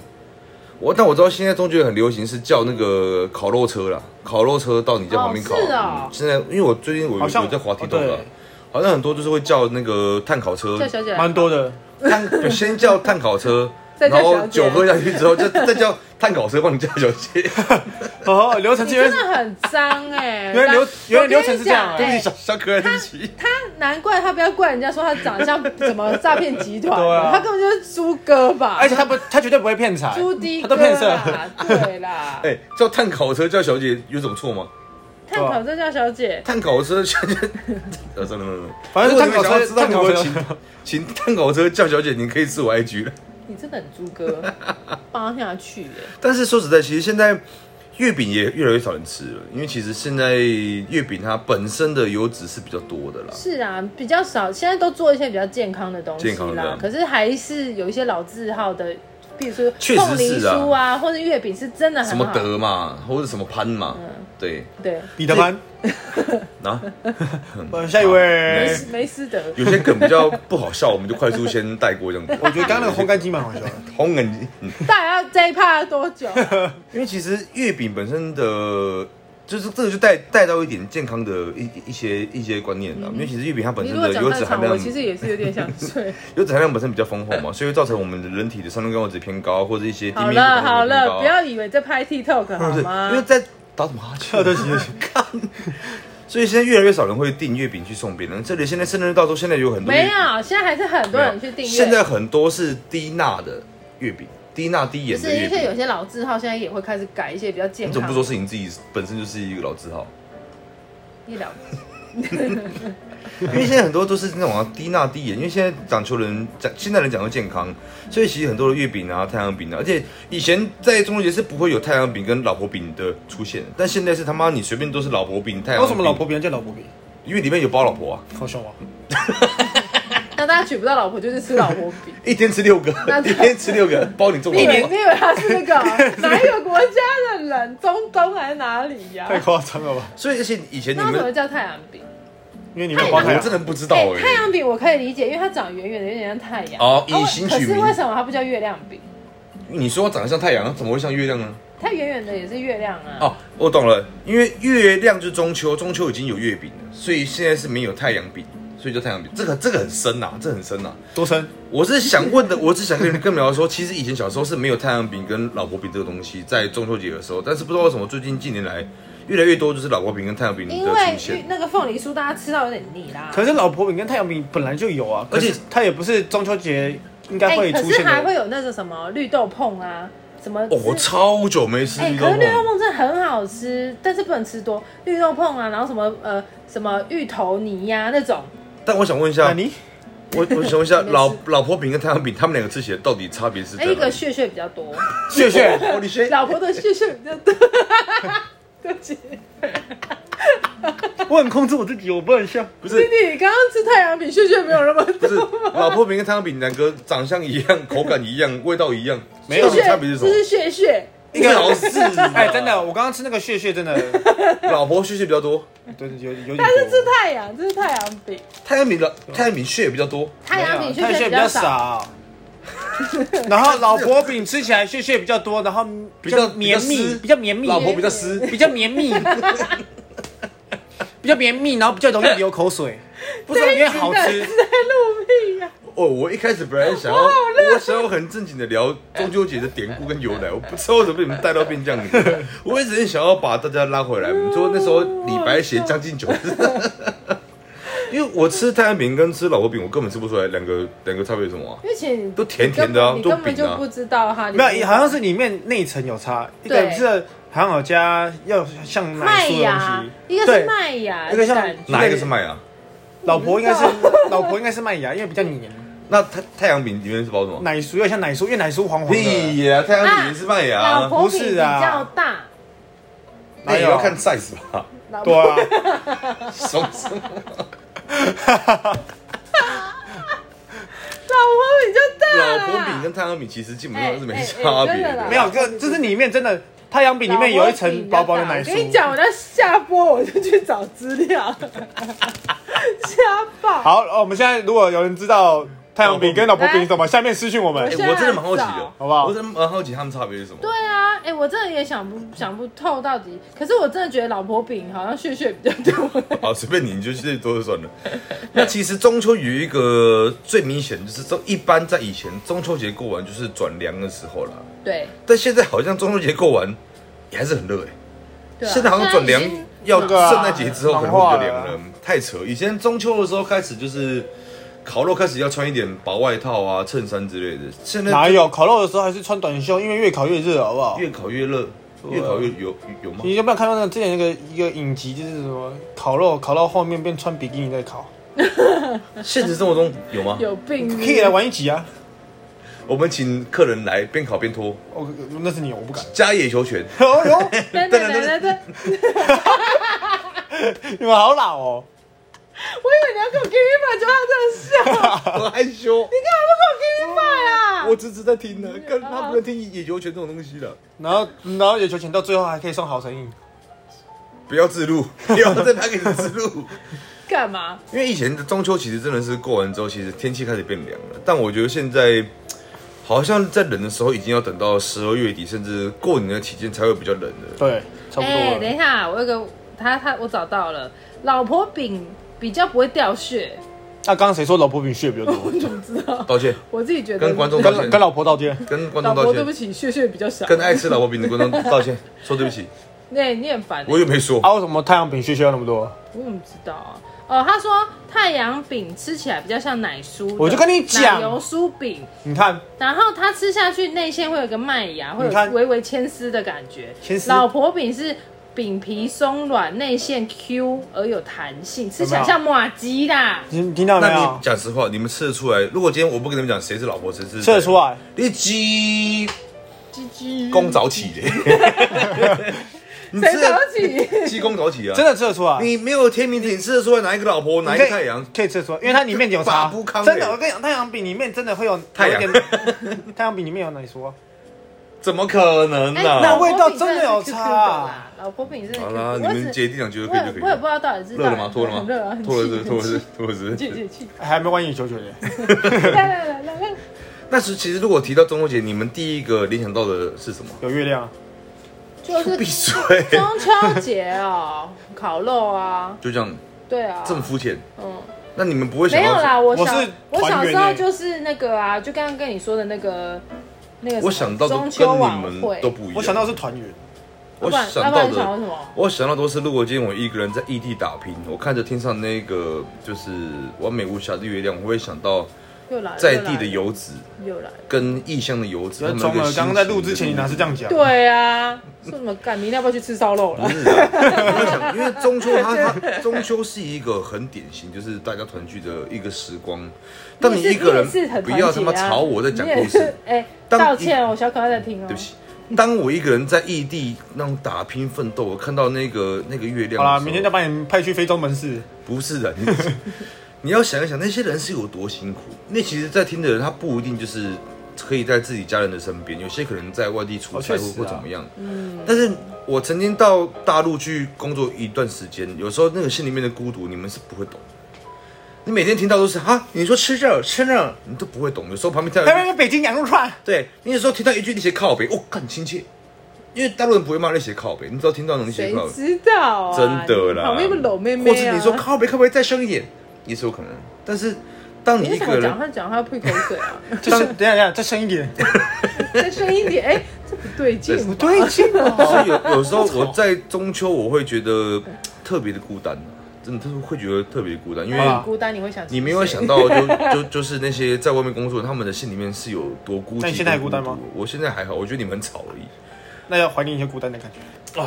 Speaker 1: 我但我知道现在中秋节很流行是叫那个烤肉车啦，烤肉车到你家旁边烤。
Speaker 2: 哦是哦
Speaker 1: 嗯现在因为我最近我有
Speaker 3: 好像
Speaker 1: 我在滑梯动
Speaker 3: 哦
Speaker 1: 了
Speaker 3: 对，
Speaker 1: 好
Speaker 3: 嗯
Speaker 1: 像很多就是会叫那个碳烤车，
Speaker 2: 叫小姐
Speaker 1: [laughs]
Speaker 2: 来
Speaker 3: 蛮多的。
Speaker 1: 碳先叫碳烤车，
Speaker 2: [laughs] 再叫
Speaker 1: 然后
Speaker 2: 小姐
Speaker 1: 酒喝下去之后， [laughs] 就再叫碳烤车帮你叫小姐。 [laughs]
Speaker 3: 哦，流程
Speaker 2: 你
Speaker 3: 是因为
Speaker 2: 真的很脏
Speaker 3: [laughs]
Speaker 2: 哎、欸！
Speaker 3: 原来流
Speaker 2: 我
Speaker 3: 原来流
Speaker 2: 跟
Speaker 3: 程
Speaker 2: 你
Speaker 3: 是这样啊
Speaker 1: 对
Speaker 2: 讲
Speaker 1: 不
Speaker 2: 哎
Speaker 1: 起，小小可爱，对不起。
Speaker 2: 他难怪他不要怪人家说他长得像什么诈骗集团，
Speaker 3: [laughs] 对啊
Speaker 2: 他根本就是猪哥吧？
Speaker 3: 而且他不，他绝对不会骗财
Speaker 2: 猪的，
Speaker 3: 他
Speaker 2: 哥啊
Speaker 3: 都骗色。
Speaker 2: 啦，对啦。
Speaker 1: 哎，叫碳烤车叫小姐有什么错吗？
Speaker 2: 探
Speaker 1: 啊
Speaker 2: 讨这叫小姐，
Speaker 1: 碳烤车小姐， [laughs] 呃，算了算了算了，
Speaker 3: 反正
Speaker 1: 如果
Speaker 3: 是
Speaker 1: 你
Speaker 3: 碳
Speaker 1: 们
Speaker 3: 烤
Speaker 1: 想要
Speaker 3: 车，
Speaker 1: 知道
Speaker 3: 碳
Speaker 1: 如
Speaker 3: 烤
Speaker 1: 何
Speaker 3: 车
Speaker 1: 请请碳烤车叫小姐，您可以自我 IG 了。
Speaker 2: 你真的很
Speaker 1: [laughs]
Speaker 2: 猪哥，扒下去哎！
Speaker 1: 但是说实在，其实现在月饼也越来越少人吃了，因为其实现在月饼它本身的油脂是比较多的啦。
Speaker 2: 是啊，比较少，现在都做一些比较健康的东西
Speaker 1: 健康的
Speaker 2: 啦
Speaker 1: 啊。
Speaker 2: 可是还是有一些老字号的，比如说
Speaker 1: 确实
Speaker 2: 凤梨
Speaker 1: 是啊
Speaker 2: 酥啊，或者月饼是真的
Speaker 1: 什
Speaker 2: 很
Speaker 1: 么
Speaker 2: 好。
Speaker 1: 德嘛，或者什么潘嘛，
Speaker 2: 嗯
Speaker 1: 对，
Speaker 2: 对，
Speaker 3: 彼得潘，
Speaker 1: 啊，
Speaker 3: 呃下一
Speaker 1: 哎
Speaker 2: 梅
Speaker 3: 位
Speaker 2: 斯。梅斯德，
Speaker 1: 有些梗比较不好笑，我们就快速先带过这样子。
Speaker 3: [laughs] 我觉得刚刚那个烘干机蛮好笑的，
Speaker 1: 红梗，嗯
Speaker 2: 大家要这一趴要多久？啊
Speaker 1: [laughs] 因为其实月饼本身的，就是这个就带带到一点健康的一一些一些观念啦。因为其实月饼它本
Speaker 2: 嗯你
Speaker 1: 身
Speaker 2: 如果
Speaker 1: 的
Speaker 2: 讲
Speaker 1: 油
Speaker 2: 太
Speaker 1: 脂含
Speaker 2: 长，我
Speaker 1: 量，
Speaker 2: 其实也是有点想
Speaker 1: [laughs]
Speaker 2: 睡。
Speaker 1: 油脂含量本身比较丰厚嘛，所以会造成我们的人体的三酸甘油脂偏高，或者一些低
Speaker 2: 好
Speaker 1: 密度
Speaker 2: 了好
Speaker 1: 甘油
Speaker 2: 了，
Speaker 1: 脂
Speaker 2: 不
Speaker 1: 偏高。
Speaker 2: 要以为在拍 TikTok 好
Speaker 1: 啊对，
Speaker 2: 吗？啊
Speaker 1: 因为在打什么哈欠？
Speaker 3: 对不起对不起，
Speaker 1: [laughs] 所以现在越来越少人会订月饼去送别人。这里现在甚至到说，现在有很多月
Speaker 2: 没有，现在还是很多人去订阅。
Speaker 1: 现在很多是低钠的月饼，低钠低盐
Speaker 2: 是
Speaker 1: 的月
Speaker 2: 因为有
Speaker 1: 饼。
Speaker 2: 些老字号现在也会开始改一些比较健
Speaker 1: 你
Speaker 2: 康。
Speaker 1: 怎么不说是你自己本身就是一个老字号？
Speaker 2: 医疗？
Speaker 1: 因为现在很多都是那种、啊、低钠低盐，因为现在讲求人讲现在人讲究健康，所以其实很多的月饼啊、太阳饼啊，而且以前在中秋节是不会有太阳饼跟老婆饼的出现，但现在是他妈你随便都是老婆饼、太阳
Speaker 3: 为
Speaker 2: 哦
Speaker 1: 饼。
Speaker 3: 什么老婆？别人叫老婆饼？
Speaker 1: 因为里面有包老婆啊，
Speaker 3: 好笑啊！
Speaker 2: 那大家娶不到老婆就是吃老婆饼。
Speaker 1: 一天吃六个
Speaker 2: 那，
Speaker 1: [laughs] 一天吃六个，包你中
Speaker 2: 你以
Speaker 1: 老
Speaker 2: 为
Speaker 1: 婆
Speaker 2: 你。以为他是那个啊哪一个国家的人？中东还是哪里呀、
Speaker 3: 太夸张了吧？
Speaker 1: 所以而且以前你
Speaker 2: 那为什么
Speaker 1: 们，
Speaker 2: 叫太阳饼？
Speaker 3: 因为你没有花太
Speaker 1: 我
Speaker 3: 阳
Speaker 1: 真，的不知道
Speaker 2: 哎
Speaker 1: 哎、
Speaker 2: 太阳饼我可以理解，因为它长圆圆的，有点像太阳。
Speaker 1: 哦
Speaker 2: 啊
Speaker 1: 以形
Speaker 2: 可
Speaker 1: 取
Speaker 2: 是
Speaker 1: 名
Speaker 2: 为什么它不叫月亮饼？
Speaker 1: 你说我长得像太阳，怎么会像月亮呢？
Speaker 2: 它圆圆的也是月亮啊。
Speaker 1: 哦，我懂了，因为月亮就是中秋，中秋已经有月饼了，所以现在是没有太阳饼，所以叫太阳饼。这个这个很深呐、这很深呐、
Speaker 3: 多深？
Speaker 1: 我是想问的，
Speaker 2: [laughs]
Speaker 1: 我只想跟你跟你们聊说，其实以前小时候是没有太阳饼跟老婆饼这个东西，在中秋节的时候，但是不知道为什么最近近年来越来越多就是老婆饼跟太阳饼的
Speaker 2: 因为
Speaker 1: 出现。
Speaker 2: 那个凤梨酥大家吃到有点腻啦。
Speaker 3: 可是老婆饼跟太阳饼本来就有啊，
Speaker 1: 而且
Speaker 3: 可是它也不是中秋节应该会
Speaker 2: 哎可
Speaker 3: 出
Speaker 2: 是
Speaker 3: 现
Speaker 2: 还
Speaker 3: 的
Speaker 2: 会。有那个什么绿豆碰啊，什么
Speaker 1: 哦，我
Speaker 2: 芝
Speaker 1: 超久没吃
Speaker 2: 哎、
Speaker 1: 绿豆
Speaker 2: 可是绿豆
Speaker 1: 了。
Speaker 2: 碰真的很好吃，但是不能吃多。绿豆碰啊，然后什么呃什么芋头泥呀、那种，
Speaker 1: 但我想问一
Speaker 3: 那
Speaker 2: 哎
Speaker 1: 下，
Speaker 3: 你
Speaker 1: [laughs] 我我想问
Speaker 2: [laughs]
Speaker 1: 一下，
Speaker 2: 没吃
Speaker 1: 老老婆饼跟太阳饼，他们两个吃起来到底差别是在
Speaker 2: 哎、
Speaker 1: 哪里？
Speaker 2: 一个屑屑比较多， [laughs]
Speaker 3: 谢谢。
Speaker 1: 哦，你先
Speaker 2: 老婆的屑屑比较
Speaker 3: [laughs]
Speaker 2: 多。对不起，
Speaker 3: 我很控制我自己，我不能笑。
Speaker 1: 不
Speaker 2: 弟
Speaker 1: 是
Speaker 2: 弟，你刚刚吃太阳饼，屑屑没有那么
Speaker 1: 不是
Speaker 2: 多。，
Speaker 1: 老婆饼跟太阳饼两个长相一样，口感一样，味道一样，
Speaker 3: 没有
Speaker 1: 到底
Speaker 2: 屑
Speaker 1: 差别是什
Speaker 2: 这是
Speaker 1: 么？
Speaker 2: 屑屑，
Speaker 1: 一个老是，
Speaker 3: 哎，真的，，我刚刚吃那个屑屑，真的， [laughs]
Speaker 1: 老婆屑屑比较多，
Speaker 3: 对，有有点多。
Speaker 2: 它是吃太阳，这是太阳饼，
Speaker 1: 太阳饼的太阳饼屑也比较多，
Speaker 2: 太阳饼
Speaker 3: 没
Speaker 2: 屑
Speaker 3: 有啊太
Speaker 2: 屑
Speaker 3: 屑
Speaker 2: 比较少。
Speaker 3: 少。然后老婆饼吃起来屑屑比较多，然后比较绵密，
Speaker 1: 比
Speaker 3: 比较绵密，
Speaker 1: 老婆比较湿，
Speaker 3: 比较绵密， [laughs] 比较绵密，然后比较容易流口水，不是因为
Speaker 2: 是
Speaker 3: 好
Speaker 2: 在
Speaker 3: 吃。
Speaker 2: 录啊屁呀、
Speaker 1: 哦，我一开始本来想要，我想要很正经的聊中秋节的典故跟由来，我不知道为什么被你们带到变这样
Speaker 2: [laughs]
Speaker 1: 子。我一直很想要把大家拉回来。你说那时候李白写《将进酒》，
Speaker 2: [laughs]
Speaker 1: 因为我吃太阳饼跟吃老婆饼，我根本吃不出来两个两个差别是什么啊、
Speaker 2: 因为其实你
Speaker 1: 都甜甜
Speaker 3: 哦
Speaker 1: 的啊
Speaker 2: 你根本
Speaker 1: 都
Speaker 2: 就
Speaker 1: 饼啊
Speaker 2: 不知道它里面
Speaker 3: 没有，好像是里面内层有差，一个
Speaker 2: 对
Speaker 3: 是韩好加要像
Speaker 2: 麦
Speaker 3: 奶酥的
Speaker 2: 芽
Speaker 3: 东，
Speaker 2: 一个
Speaker 3: 对
Speaker 2: 是麦芽，
Speaker 3: 一个像
Speaker 2: 感觉
Speaker 1: 哪一个是麦啊芽？
Speaker 3: 西，老婆应该是
Speaker 2: 我不
Speaker 3: 老婆应该是麦芽，因为比较黏，
Speaker 1: 那太太阳饼里面是包什么？
Speaker 3: 奶酥要像奶酥，因为奶酥黄黄的，
Speaker 1: 屁呀、太阳饼也是麦芽、
Speaker 2: 老婆哎饼
Speaker 3: 不
Speaker 2: 比
Speaker 3: 是啊
Speaker 2: 较大，
Speaker 1: 那也要看 size 吧， [laughs]
Speaker 2: 老
Speaker 3: 对
Speaker 2: 婆
Speaker 3: 啊，
Speaker 1: 什么
Speaker 2: [laughs]
Speaker 1: 什么
Speaker 2: 啊老婆比较大啦，
Speaker 1: 老婆饼跟太阳饼其实基本上是没差
Speaker 2: 哎哎哎真
Speaker 1: 别
Speaker 2: 的啦
Speaker 1: 的。
Speaker 3: 没有，这就是里面真的太阳饼里面有一层薄薄的奶
Speaker 2: 我跟你
Speaker 3: 酥。
Speaker 2: 讲，我在下播我就去找资料，瞎报。 [laughs]
Speaker 3: 呃好，哦我们现在如果有人知道太阳饼跟老婆饼是什么？下面私讯我们
Speaker 1: 哎、
Speaker 2: 现在
Speaker 1: 我真的蛮好奇
Speaker 2: 很
Speaker 1: 的
Speaker 2: 少，
Speaker 3: 好不好
Speaker 1: 我真的蛮好奇他们差别是什么。
Speaker 2: 对啊，哎、我真的也想不想不透到底，可是我真的觉得老婆饼好像血血比较多。
Speaker 1: 好，随便你，你就去多就算了。 [laughs] 那其实中秋有一个最明显，就是中一般在以前中秋节过完就是转凉的时候啦，
Speaker 2: 对，
Speaker 1: 但现在好像中秋节过完也还是很热哎、
Speaker 2: 对啊、
Speaker 1: 现在好像转凉
Speaker 2: 现在已经
Speaker 1: 要
Speaker 3: 那个啊
Speaker 1: 圣诞节之后可能
Speaker 3: 暖
Speaker 1: 会
Speaker 3: 化了
Speaker 1: 比较凉了，太扯。以前中秋的时候开始就是烤肉开始要穿一点薄外套啊、衬衫之类的，现在
Speaker 3: 哪有烤肉的时候还是穿短袖，因为越烤越热，好不好？
Speaker 1: 越烤越热，越烤越有有吗？
Speaker 3: 你有没有看到那个之前那个一个影集，就是什么烤肉烤到后面变穿比基尼在烤？
Speaker 1: 现实生活中有吗？
Speaker 2: 有病，
Speaker 3: 可以来玩一集啊！
Speaker 1: 我们请客人来边烤边脱，
Speaker 3: 我哦那是你，我不 [laughs] 敢。
Speaker 1: 加野球拳。
Speaker 3: 哎呦， [laughs]
Speaker 2: 对对对对对，
Speaker 3: 你们好老哦！
Speaker 2: 我以为你要给我 give me five，结果他真的
Speaker 3: [laughs]
Speaker 2: 笑。
Speaker 1: 我害羞，
Speaker 2: 你干嘛不给我 give me five 啊？
Speaker 1: 我只是在听呢，但他不能听野球拳这种东西的。
Speaker 3: 然后然后野球拳到最后还可以送好成瘾，
Speaker 1: 不要自
Speaker 2: [laughs]
Speaker 1: 录，不要再拍给你自录。
Speaker 2: 干嘛？
Speaker 1: 因为以前的中秋其实真的是过完之后，其实天气开始变凉了，但我觉得现在好像在冷的时候，已经要等到十二月底，甚至过年的期间才会比较冷的。
Speaker 3: 对，差不
Speaker 2: 哎、
Speaker 3: 多
Speaker 2: 等
Speaker 3: 了。
Speaker 2: 一下，我有个他他我找到了，老婆饼比较不会掉血，
Speaker 3: 那刚刚谁说老婆饼血比较
Speaker 2: [laughs] 我
Speaker 3: 多？
Speaker 2: 怎么知道？
Speaker 1: 道歉，
Speaker 2: 我自己觉得
Speaker 1: 跟观众道
Speaker 3: [laughs] 跟
Speaker 1: 歉，
Speaker 3: 跟老婆道歉，
Speaker 1: 跟观
Speaker 2: 老
Speaker 1: 众道
Speaker 2: 婆对不
Speaker 1: 歉，
Speaker 2: 起，血血比较少。
Speaker 1: 跟爱吃老婆饼的
Speaker 2: [laughs]
Speaker 1: 观众道歉，说对不起，
Speaker 2: 那、你很烦、欸，
Speaker 1: 我又没说。
Speaker 3: 啊，为什么太阳饼血血要那么多？
Speaker 2: 我怎么知道啊？哦，他说太阳饼吃起来比较像奶酥的，
Speaker 3: 我就跟你讲
Speaker 2: 奶油酥饼，
Speaker 3: 你看，
Speaker 2: 然后它吃下去内馅会有个麦芽，会
Speaker 3: 你看
Speaker 2: 有微微牵丝的感觉
Speaker 3: 牵。丝
Speaker 2: 老婆饼是饼皮松软，内馅 Q 而有弹性，吃起
Speaker 3: 有
Speaker 2: 来
Speaker 3: 没有
Speaker 2: 像马吉啦。
Speaker 3: 你听到没
Speaker 1: 那
Speaker 3: 有
Speaker 1: 你？讲实话，你们吃得出来？如果今天我不跟你们讲谁是老婆，谁是
Speaker 3: 吃得出，来，
Speaker 1: 你鸡
Speaker 2: 鸡鸡，
Speaker 1: 公早起
Speaker 2: [laughs]
Speaker 1: 的，你
Speaker 2: 谁
Speaker 1: 吃
Speaker 2: 早
Speaker 1: 得 [laughs]
Speaker 2: 起？
Speaker 1: 鸡公早起啊？
Speaker 3: 真的吃得出来。
Speaker 1: 你没有天明你吃得出来哪一个老婆，哪一
Speaker 3: 你可
Speaker 1: 个
Speaker 3: 以
Speaker 1: 太阳？
Speaker 3: 可以吃得出来，因为它里面有
Speaker 1: 把
Speaker 3: 茶
Speaker 1: 不康。
Speaker 3: 真
Speaker 1: 欸
Speaker 3: 的，我跟你讲，太阳饼里面真的会有
Speaker 1: 太阳
Speaker 3: 有一点太阳饼里面有奶酥啊。
Speaker 1: 怎么可能呢、
Speaker 2: 哎
Speaker 3: 那
Speaker 2: 老婆
Speaker 3: 味道
Speaker 2: 饼
Speaker 3: 真的
Speaker 2: 是
Speaker 3: 有
Speaker 2: QQ
Speaker 3: 差
Speaker 2: 的
Speaker 3: 啊
Speaker 2: 啦老婆饼真的
Speaker 1: 好
Speaker 2: QQ
Speaker 1: 啦，
Speaker 2: 的。
Speaker 1: 你
Speaker 2: 我
Speaker 1: 们
Speaker 2: 只
Speaker 1: 姐弟俩觉得
Speaker 2: 我
Speaker 1: 可以就可
Speaker 2: 也
Speaker 1: 以
Speaker 2: 我也不知道到底是
Speaker 1: 热了
Speaker 2: 到
Speaker 1: 吗？
Speaker 2: 底
Speaker 1: 脱了吗？
Speaker 2: 很 [laughs] 热啊，很
Speaker 1: 脱了
Speaker 2: 气
Speaker 1: 是脱了是，脱了
Speaker 2: 很啊气
Speaker 1: 是。
Speaker 2: 气气。
Speaker 3: 哎还没玩野球球的，
Speaker 2: 来来来来来，
Speaker 1: 那是其实如果提到中秋节，你们第一个联想到的是什么？
Speaker 3: [laughs] 有月亮啊，
Speaker 2: 就是
Speaker 1: 闭嘴！
Speaker 2: 中秋节哦，烤肉啊，
Speaker 1: [laughs] 就这样，
Speaker 2: 对啊，
Speaker 1: 这么肤浅。
Speaker 2: 嗯，
Speaker 1: 那你们不会想
Speaker 2: 没有
Speaker 1: 到？
Speaker 2: 啦，我
Speaker 3: 我
Speaker 2: 小
Speaker 3: 是
Speaker 2: 我
Speaker 3: 团
Speaker 2: 小
Speaker 3: 圆
Speaker 2: 时候
Speaker 3: 欸
Speaker 2: 就是那个啊，就刚刚跟你说的那个那个什么，
Speaker 1: 我想到的
Speaker 2: 中
Speaker 1: 跟
Speaker 2: 秋晚
Speaker 1: 你们
Speaker 2: 会
Speaker 1: 都，不一样。
Speaker 3: 我想到是团圆，
Speaker 1: 我
Speaker 2: 要不然
Speaker 1: 想
Speaker 2: 要不
Speaker 1: 到
Speaker 2: 然你想到
Speaker 1: 的，
Speaker 2: 什么？
Speaker 1: 我想到都是，如果今天我一个人在异地打拼，我看着天上那个就是完美无瑕的月亮，我会想到
Speaker 2: 又来了
Speaker 1: 在地的游子
Speaker 2: 又来了，
Speaker 1: 跟异乡的游子。他们
Speaker 3: 中
Speaker 1: 那个
Speaker 3: 了。
Speaker 1: 心
Speaker 3: 刚
Speaker 1: 情
Speaker 3: 刚在录之前，你哪是这样
Speaker 1: 的
Speaker 3: 讲？
Speaker 2: 对啊，说什么干？明天要不要去吃烧肉了
Speaker 1: 不？是啊，我在想，因为中秋它它中秋是一个很典型，就是大家团聚的一个时光。当你
Speaker 2: 也
Speaker 1: 一
Speaker 2: 是
Speaker 1: 个人
Speaker 2: 也是很
Speaker 1: 不要他
Speaker 2: 团
Speaker 1: 妈
Speaker 2: 结啊
Speaker 1: 吵我在讲
Speaker 2: 你也
Speaker 1: 故事
Speaker 2: 是，哎，
Speaker 1: 当
Speaker 2: 道
Speaker 1: 一
Speaker 2: 歉哦，小可爱在听哦。
Speaker 1: 对不起。当我一个人在异地那种打拼奋斗，我看到那个那个月亮的时候，
Speaker 3: 好啦，明天再把你们派去非洲门市。
Speaker 1: 不是的，你你要想一想，那些人是有多辛苦。那其实，在听的人，他不一定就是可以在自己家人的身边，有些可能在外地出差
Speaker 3: 哦确
Speaker 1: 或
Speaker 3: 实啊
Speaker 1: 或怎么样。嗯，但是我曾经到大陆去工作一段时间，有时候那个心里面的孤独，你们是不会懂。你每天听到都是啊，你说吃这儿吃那儿，你都不会懂。有时候旁边跳
Speaker 3: [laughs] 还有那个北京羊肉串，
Speaker 1: 对你有时候听到一句那些靠北，哦，很亲切，因为大陆人不会骂那些靠北，你只要听到那些
Speaker 2: 谁
Speaker 1: 靠北，
Speaker 2: 知道啊？
Speaker 1: 真的啦，
Speaker 2: 旁边有个搂妹妹
Speaker 1: 或
Speaker 2: 啊。
Speaker 1: 者你说靠北可不可以再深一点，也是有可能。但是当你
Speaker 2: 你为
Speaker 1: 一
Speaker 2: 什
Speaker 1: 个
Speaker 2: 么
Speaker 1: 人
Speaker 2: 讲，话讲话要吐口水啊？
Speaker 3: [laughs] 就是等一下等一下，再深一点，
Speaker 2: 再深一点，哎，这不对劲
Speaker 1: 这
Speaker 2: 吧。
Speaker 3: 不对劲
Speaker 1: 所
Speaker 3: 哦。
Speaker 1: 以有有
Speaker 2: [laughs]
Speaker 1: 时候我在中秋我会觉得特别的孤单，真的特会觉得特别孤单，因
Speaker 3: 好
Speaker 1: 为
Speaker 3: 啦
Speaker 2: 很孤单，你会想吃
Speaker 1: 你没有
Speaker 2: 谁
Speaker 1: 想到就 [laughs] 就就是那些在外面工作，他们的心里面是有多孤寂。
Speaker 3: 那你现在还孤单吗
Speaker 1: 多独？我现在还好，我觉得你们很吵而已。
Speaker 3: [laughs] 那要怀念一些孤单的感觉，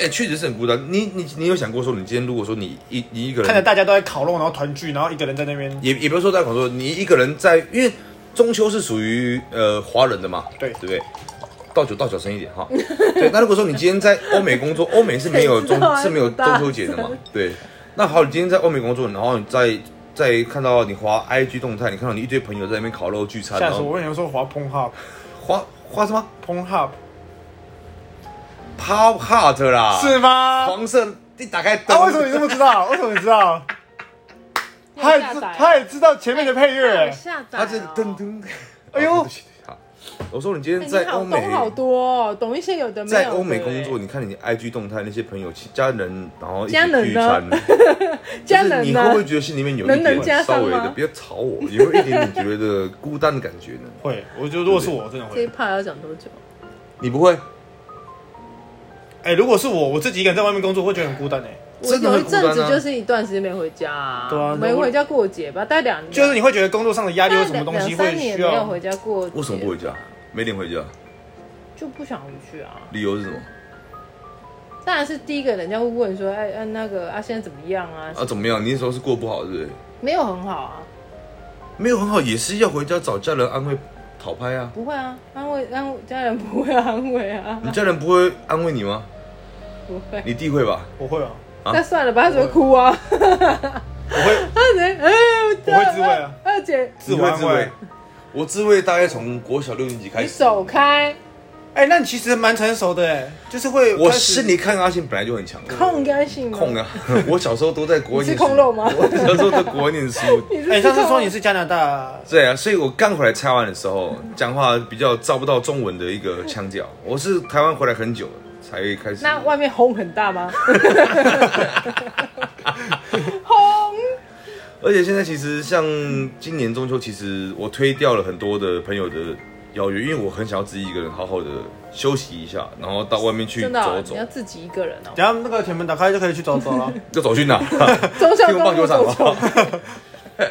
Speaker 1: 哎、确实是很孤单。你你你有想过说，你今天如果说你一你一个人
Speaker 3: 看着大家都在烤肉，然后团聚，然后一个人在那边，
Speaker 1: 也也不是说大口说，你一个人在，因为中秋是属于呃华人的嘛，
Speaker 3: 对
Speaker 1: 对不对？倒酒倒小声一点哈。对，那如果说你今天在欧美工作，欧美是没有中
Speaker 2: [laughs] 谁知道啊
Speaker 1: 是没有
Speaker 2: 这么大
Speaker 1: 中秋节的嘛，对。那好，你今天在欧美工作，然后你在在看到你滑 IG 动态，你看到你一堆朋友在那边烤肉聚餐，
Speaker 3: 吓
Speaker 1: 然
Speaker 3: 死我！
Speaker 1: 后
Speaker 3: 我以前说滑 p o n h u b
Speaker 1: 滑滑什么
Speaker 3: p o n h u
Speaker 1: Pop Heart 啦，
Speaker 3: b 是吗？
Speaker 1: 黄色，一打开灯，
Speaker 2: 啊
Speaker 3: 啊，为什么你这么知道？为什么你知道？
Speaker 2: 你有
Speaker 3: 他也
Speaker 2: 下
Speaker 3: 知
Speaker 2: 载
Speaker 3: 他也知道前面的配乐
Speaker 2: 我
Speaker 3: 欸，
Speaker 2: 下载、
Speaker 1: 他
Speaker 2: 哦，
Speaker 1: 这噔噔， [laughs]
Speaker 3: 哎呦
Speaker 1: 啊对不起对不起好，我说你今
Speaker 2: 哎
Speaker 1: 天
Speaker 2: 你
Speaker 1: 在
Speaker 2: 好
Speaker 1: 欧美
Speaker 2: 懂好多、哦，懂一些有的没有
Speaker 1: [laughs]
Speaker 2: 的
Speaker 1: 在欧美
Speaker 2: 哎
Speaker 1: 工作，，你看你 IG 动态那些朋友、其家人，然后一起
Speaker 2: 家人
Speaker 1: 聚
Speaker 2: 呢
Speaker 1: 餐，就
Speaker 2: [laughs] 家
Speaker 1: 是
Speaker 2: 人
Speaker 1: 你会不会
Speaker 2: 呢？
Speaker 1: 觉得心里面有一
Speaker 2: 能能加
Speaker 1: 点稍
Speaker 2: 上
Speaker 1: 微的
Speaker 2: 吗
Speaker 1: 不要吵我，有没有一点点觉得孤单的感觉呢？
Speaker 3: 会，我觉得如果是我，真的
Speaker 2: 这一
Speaker 3: 会。
Speaker 2: 趴要讲多久？
Speaker 1: 你不会？
Speaker 3: 哎，如果是我，我自己一个人在外面工作，会觉得很孤单哎。
Speaker 2: 我
Speaker 1: 真的
Speaker 2: 有
Speaker 1: 会
Speaker 2: 一
Speaker 1: 孤单
Speaker 2: 阵
Speaker 1: 啊
Speaker 2: 子就是一段时间没回家、啊
Speaker 3: 对啊
Speaker 2: 没回家过节吧，待两
Speaker 3: 就是你会觉得工作上的压
Speaker 2: 大概
Speaker 3: 力或什么
Speaker 2: 两
Speaker 3: 东
Speaker 2: 两
Speaker 3: 西
Speaker 2: 三
Speaker 3: 会
Speaker 2: 年
Speaker 3: 需
Speaker 2: 没有
Speaker 3: 要
Speaker 2: 回家过节，
Speaker 1: 为什么不回家？没脸回家？
Speaker 2: 就不想回去啊。
Speaker 1: 理由是什么？
Speaker 2: 当然是第一个人家会问说，哎、哎那个啊现在怎么样啊？
Speaker 1: 啊，怎么样？你那时候是过不好，是不是？
Speaker 2: 没有很好啊，
Speaker 1: 没有很好，也是要回家找家人安慰、讨拍啊。
Speaker 2: 不会啊，安慰安慰家人不会安慰啊，
Speaker 1: 你家人不会安慰你吗？
Speaker 2: 不会。
Speaker 1: 你弟会吧？
Speaker 3: 我会啊，
Speaker 1: 啊
Speaker 2: 那算了吧，他只会哭啊，
Speaker 3: 我会
Speaker 2: 他只会哎，
Speaker 3: 我会自慰啊
Speaker 2: 二姐，
Speaker 3: 自我安
Speaker 1: 你会
Speaker 3: 慰
Speaker 1: 自。慰。我自慰大概从国小六年级开
Speaker 2: 你
Speaker 1: 始。
Speaker 2: 走开，
Speaker 3: 哎，那你其实蛮成熟的哎，就是会
Speaker 1: 我
Speaker 3: 开始
Speaker 1: 是你看阿信本来就很强，
Speaker 2: 控干性吗？
Speaker 1: 控啊！ [laughs] 我小时候都在国外
Speaker 2: 你是
Speaker 1: 念书
Speaker 2: 控肉吗
Speaker 1: [laughs] 我小时候在国外念
Speaker 2: [laughs]
Speaker 1: 书。
Speaker 2: 你是
Speaker 3: 哎，上次说你
Speaker 2: 是
Speaker 3: 是加拿大，
Speaker 1: 对啊，所以我刚回来台湾的时候，讲话比较照不到中文的一个腔调。我是台湾回来很久了才开始。
Speaker 2: 那外面轰很
Speaker 1: [laughs]
Speaker 2: 大吗？轰，
Speaker 1: 而且现在其实像今年中秋，其实我推掉了很多的朋友的邀约，因为我很想要自己一个人好好的休息一下，然后到外面去
Speaker 2: 真的啊、
Speaker 1: 走走
Speaker 2: 你。要自己一个人哦、
Speaker 3: 然后那个铁门打开就可以去走走了。
Speaker 1: 要走去哪？
Speaker 2: 中校
Speaker 1: 天空
Speaker 2: 公
Speaker 1: 棒
Speaker 2: 路
Speaker 1: 球场
Speaker 2: 走
Speaker 1: [laughs]
Speaker 2: 走，
Speaker 1: 吗？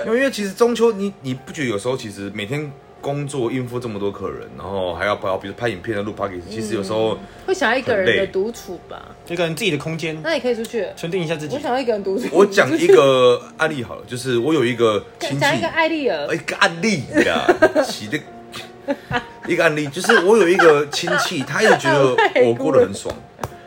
Speaker 1: 因为因为其实中秋你你不觉得有时候其实每天工作应付这么多客人，然后还要拍，比如拍影片啊、录 p o d c a s t 其实有时候
Speaker 2: 会想要一个人
Speaker 1: 很
Speaker 2: 的
Speaker 1: 累
Speaker 2: 独处吧？
Speaker 3: 一个人自己的空间，
Speaker 2: 那也可以出去。
Speaker 3: 沉淀一下自己
Speaker 2: 我。想要一个人独处。
Speaker 1: 我讲一个案例好了，就是我有一个亲戚，
Speaker 2: 讲一个艾丽尔，
Speaker 1: 哎一个案例呀、起的一个案例，就是我有一个亲戚，他一直觉
Speaker 2: [laughs]
Speaker 1: 得我过得很爽，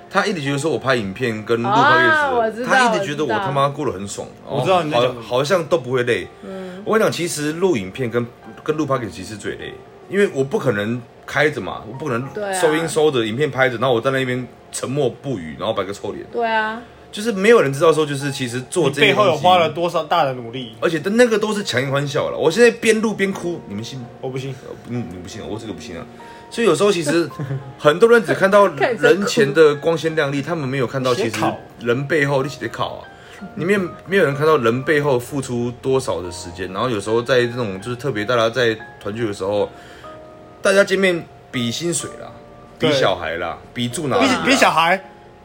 Speaker 1: 他一直觉得说我拍影片跟录
Speaker 2: 啊
Speaker 1: 拍月
Speaker 2: 我
Speaker 1: 子
Speaker 2: 知
Speaker 1: 的，
Speaker 2: 道
Speaker 1: 他一直觉得
Speaker 2: 我
Speaker 1: 我
Speaker 2: 知道
Speaker 1: 他妈过得很爽，哦
Speaker 3: 我知道你在讲
Speaker 1: 好
Speaker 3: 什么
Speaker 1: 好像都不会累。
Speaker 2: 嗯
Speaker 1: 我跟你讲，其实录影片跟跟录 p o d 其实最累，因为我不可能开着嘛，我不可
Speaker 2: 对啊
Speaker 1: 能收音收着，影片拍着，然后我在那边沉默不语，然后摆个臭脸，
Speaker 2: 对啊，
Speaker 1: 就是没有人知道说，就是其实做
Speaker 3: 你
Speaker 1: 这些
Speaker 3: 背后有
Speaker 1: 东西
Speaker 3: 花了多少大的努力？
Speaker 1: 而且那个都是强颜欢笑了。我现在边录边哭，你们信吗？
Speaker 3: 我不信。
Speaker 1: 呃不嗯，你不信啊，我这个不信啊。所以有时候其实很多人只看到
Speaker 2: 看你在哭
Speaker 1: 人前的光鲜亮丽，他们没有看到其
Speaker 3: 写
Speaker 1: 实
Speaker 3: 考
Speaker 1: 人背后一起的考啊。里面没有人看到人背后付出多少的时间，然后有时候在这种就是特别大家在团聚的时候，大家见面比薪水啦，比
Speaker 3: 对
Speaker 1: 小孩啦，比住哪里
Speaker 3: 比
Speaker 1: 啦，
Speaker 3: 比小孩，